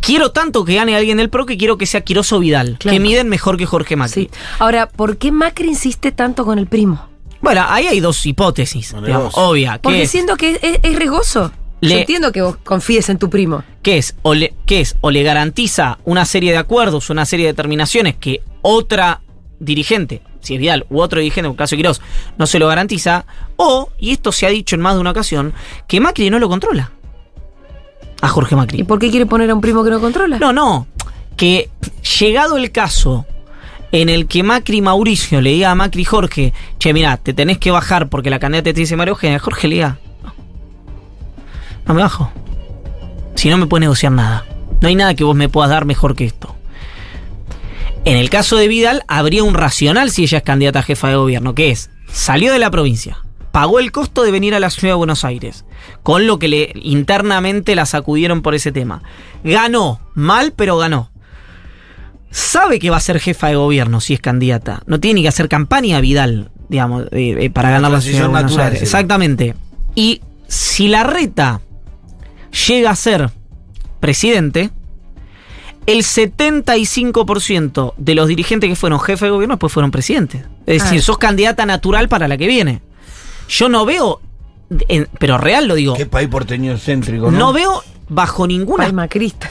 [SPEAKER 5] Quiero tanto que gane alguien del PRO que quiero que sea Quiroso Vidal,
[SPEAKER 4] Claro.
[SPEAKER 5] que miden mejor que Jorge Macri.
[SPEAKER 4] Sí. Ahora, ¿por qué Macri insiste tanto con el primo?
[SPEAKER 5] Bueno, ahí hay dos hipótesis,
[SPEAKER 7] Bueno,
[SPEAKER 5] digamos,
[SPEAKER 7] dos.
[SPEAKER 5] obvia, que
[SPEAKER 4] Porque
[SPEAKER 5] es,
[SPEAKER 4] siento que es, es- es riesgoso. Yo
[SPEAKER 5] Le-
[SPEAKER 4] entiendo que vos confíes en tu primo.
[SPEAKER 5] que es, o le, que es o le garantiza una serie de acuerdos, una serie de determinaciones que otra dirigente, si es Vidal u otro dirigente, en el caso de Quirós, no se lo garantiza, o, y esto se ha dicho en más de una ocasión, que Macri no lo controla. A Jorge Macri.
[SPEAKER 4] ¿Y por qué quiere poner a un primo que no controla?
[SPEAKER 5] No, no. Que llegado el caso en el que Macri Mauricio le diga a Macri Jorge, che, mirá, te tenés que bajar porque la candidata te dice Mario Eugenia, Jorge le diga, "No. no me bajo. Si no me puedes negociar nada. No hay nada que vos me puedas dar mejor que esto. En el caso de Vidal, habría un racional si ella es candidata a jefa de gobierno, que es, salió de la provincia, pagó el costo de venir a la ciudad de Buenos Aires, con lo que le, internamente la sacudieron por ese tema. Ganó, mal, pero ganó. Sabe que va a ser jefa de gobierno si es candidata. No tiene ni que hacer campaña Vidal, digamos, eh, eh, para ganar la ciudad de
[SPEAKER 7] transición
[SPEAKER 5] Buenos
[SPEAKER 7] natural,
[SPEAKER 5] Aires.
[SPEAKER 7] sí.
[SPEAKER 5] Exactamente. Y si la reta llega a ser presidente, el 75% de los dirigentes que fueron jefe de gobierno después fueron presidentes. Es
[SPEAKER 4] Ah.
[SPEAKER 5] decir, sos candidata natural para la que viene. Yo no veo, en- pero real lo digo,
[SPEAKER 7] Qué país porteño céntrico,
[SPEAKER 5] no,
[SPEAKER 7] ¿no?
[SPEAKER 5] veo bajo ningún,
[SPEAKER 4] Al
[SPEAKER 5] as-
[SPEAKER 4] macrista.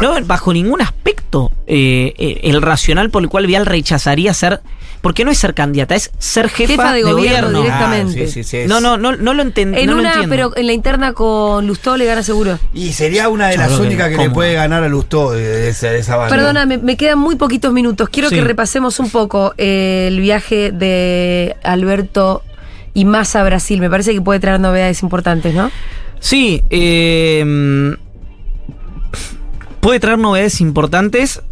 [SPEAKER 5] no veo bajo ningún aspecto eh, eh, el racional por el cual Vial rechazaría ser, porque no es ser candidata, es ser jefa, de, gobierno. Ah,
[SPEAKER 4] directa. directamente.
[SPEAKER 7] Ah, sí, sí, sí, es-
[SPEAKER 5] No, no, no, no lo enten-
[SPEAKER 4] En
[SPEAKER 5] no lo
[SPEAKER 4] una,
[SPEAKER 5] entiendo.
[SPEAKER 4] pero en la interna con Lustó le gana seguro.
[SPEAKER 7] Y sería una de
[SPEAKER 5] Yo
[SPEAKER 7] las
[SPEAKER 5] creo que
[SPEAKER 7] únicas que, le
[SPEAKER 5] cómodo.
[SPEAKER 7] puede ganar a Lustó de, de esa, de esa banda.
[SPEAKER 4] Perdona, me, me quedan muy poquitos minutos. Quiero
[SPEAKER 5] Sí.
[SPEAKER 4] que repasemos un poco eh, el viaje de Alberto y más a Brasil. Me parece que puede traer novedades importantes, ¿no?
[SPEAKER 5] Sí, eh, puede traer novedades importantes.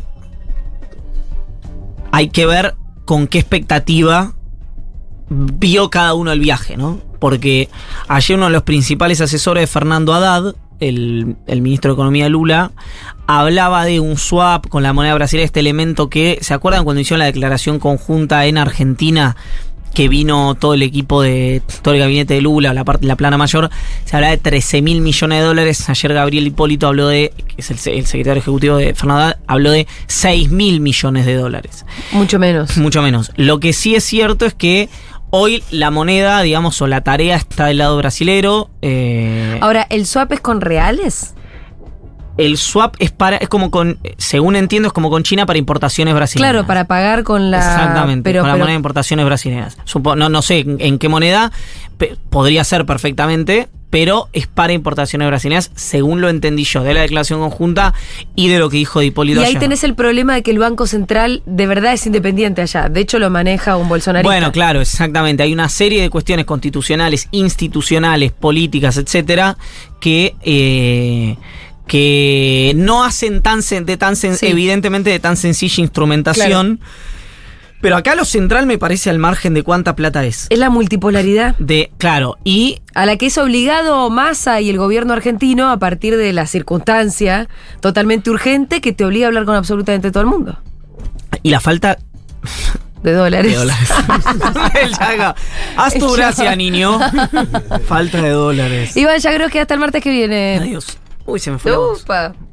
[SPEAKER 5] Hay que ver con qué expectativa vio cada uno el viaje, ¿no? Porque ayer uno de los principales asesores de Fernando Haddad, el, el ministro de Economía Lula, hablaba de un swap con la moneda brasileña, este elemento que, ¿se acuerdan cuando hicieron la declaración conjunta en Argentina? que vino todo el equipo de todo el gabinete de Lula, la parte la plana mayor, se habla de 13 mil millones de dólares. Ayer Gabriel Hipólito habló de, que es el, se- el secretario ejecutivo de Fernando, Haddad, habló de 6 mil millones de dólares.
[SPEAKER 4] Mucho menos.
[SPEAKER 5] Mucho menos. Lo que sí es cierto es que hoy la moneda, digamos, o la tarea está del lado brasilero. eh,
[SPEAKER 4] Ahora, ¿el swap es con reales?
[SPEAKER 5] el swap es para, es como con, según entiendo, es como con China para importaciones brasileñas.
[SPEAKER 4] Claro, para pagar con la.
[SPEAKER 5] Exactamente,
[SPEAKER 4] Pero,
[SPEAKER 5] con la
[SPEAKER 4] pero-
[SPEAKER 5] moneda de importaciones brasileñas. Supo- no, no sé en, en qué moneda, pe- podría ser perfectamente, pero es para importaciones brasileñas, según lo entendí yo, de la declaración conjunta y de lo que dijo
[SPEAKER 4] y
[SPEAKER 5] Hipólito
[SPEAKER 4] ahí
[SPEAKER 5] ayer.
[SPEAKER 4] tenés el problema de que el Banco Central de verdad es independiente allá. De hecho, lo maneja un bolsonarista.
[SPEAKER 5] Bueno, claro, exactamente. Hay una serie de cuestiones constitucionales, institucionales, políticas, etcétera, que. eh, que no hacen tan, sen- de tan sen-
[SPEAKER 4] Sí.
[SPEAKER 5] evidentemente de tan sencilla instrumentación. Pero acá lo central me parece al margen de cuánta plata es.
[SPEAKER 4] Es la multipolaridad
[SPEAKER 5] De, claro, y
[SPEAKER 4] a la que es obligado Massa y el gobierno argentino a partir de la circunstancia totalmente urgente que te obliga a hablar con absolutamente todo el mundo.
[SPEAKER 5] Y la falta
[SPEAKER 4] De dólares.
[SPEAKER 5] de dólares. El Chaga, Haz tu
[SPEAKER 4] El
[SPEAKER 5] gracia,
[SPEAKER 4] Chaga.
[SPEAKER 5] niño. Falta de dólares.
[SPEAKER 4] Iván, ya creo que hasta el martes que viene.
[SPEAKER 5] Adiós. Uy, se me fue. la voz.
[SPEAKER 4] Upa.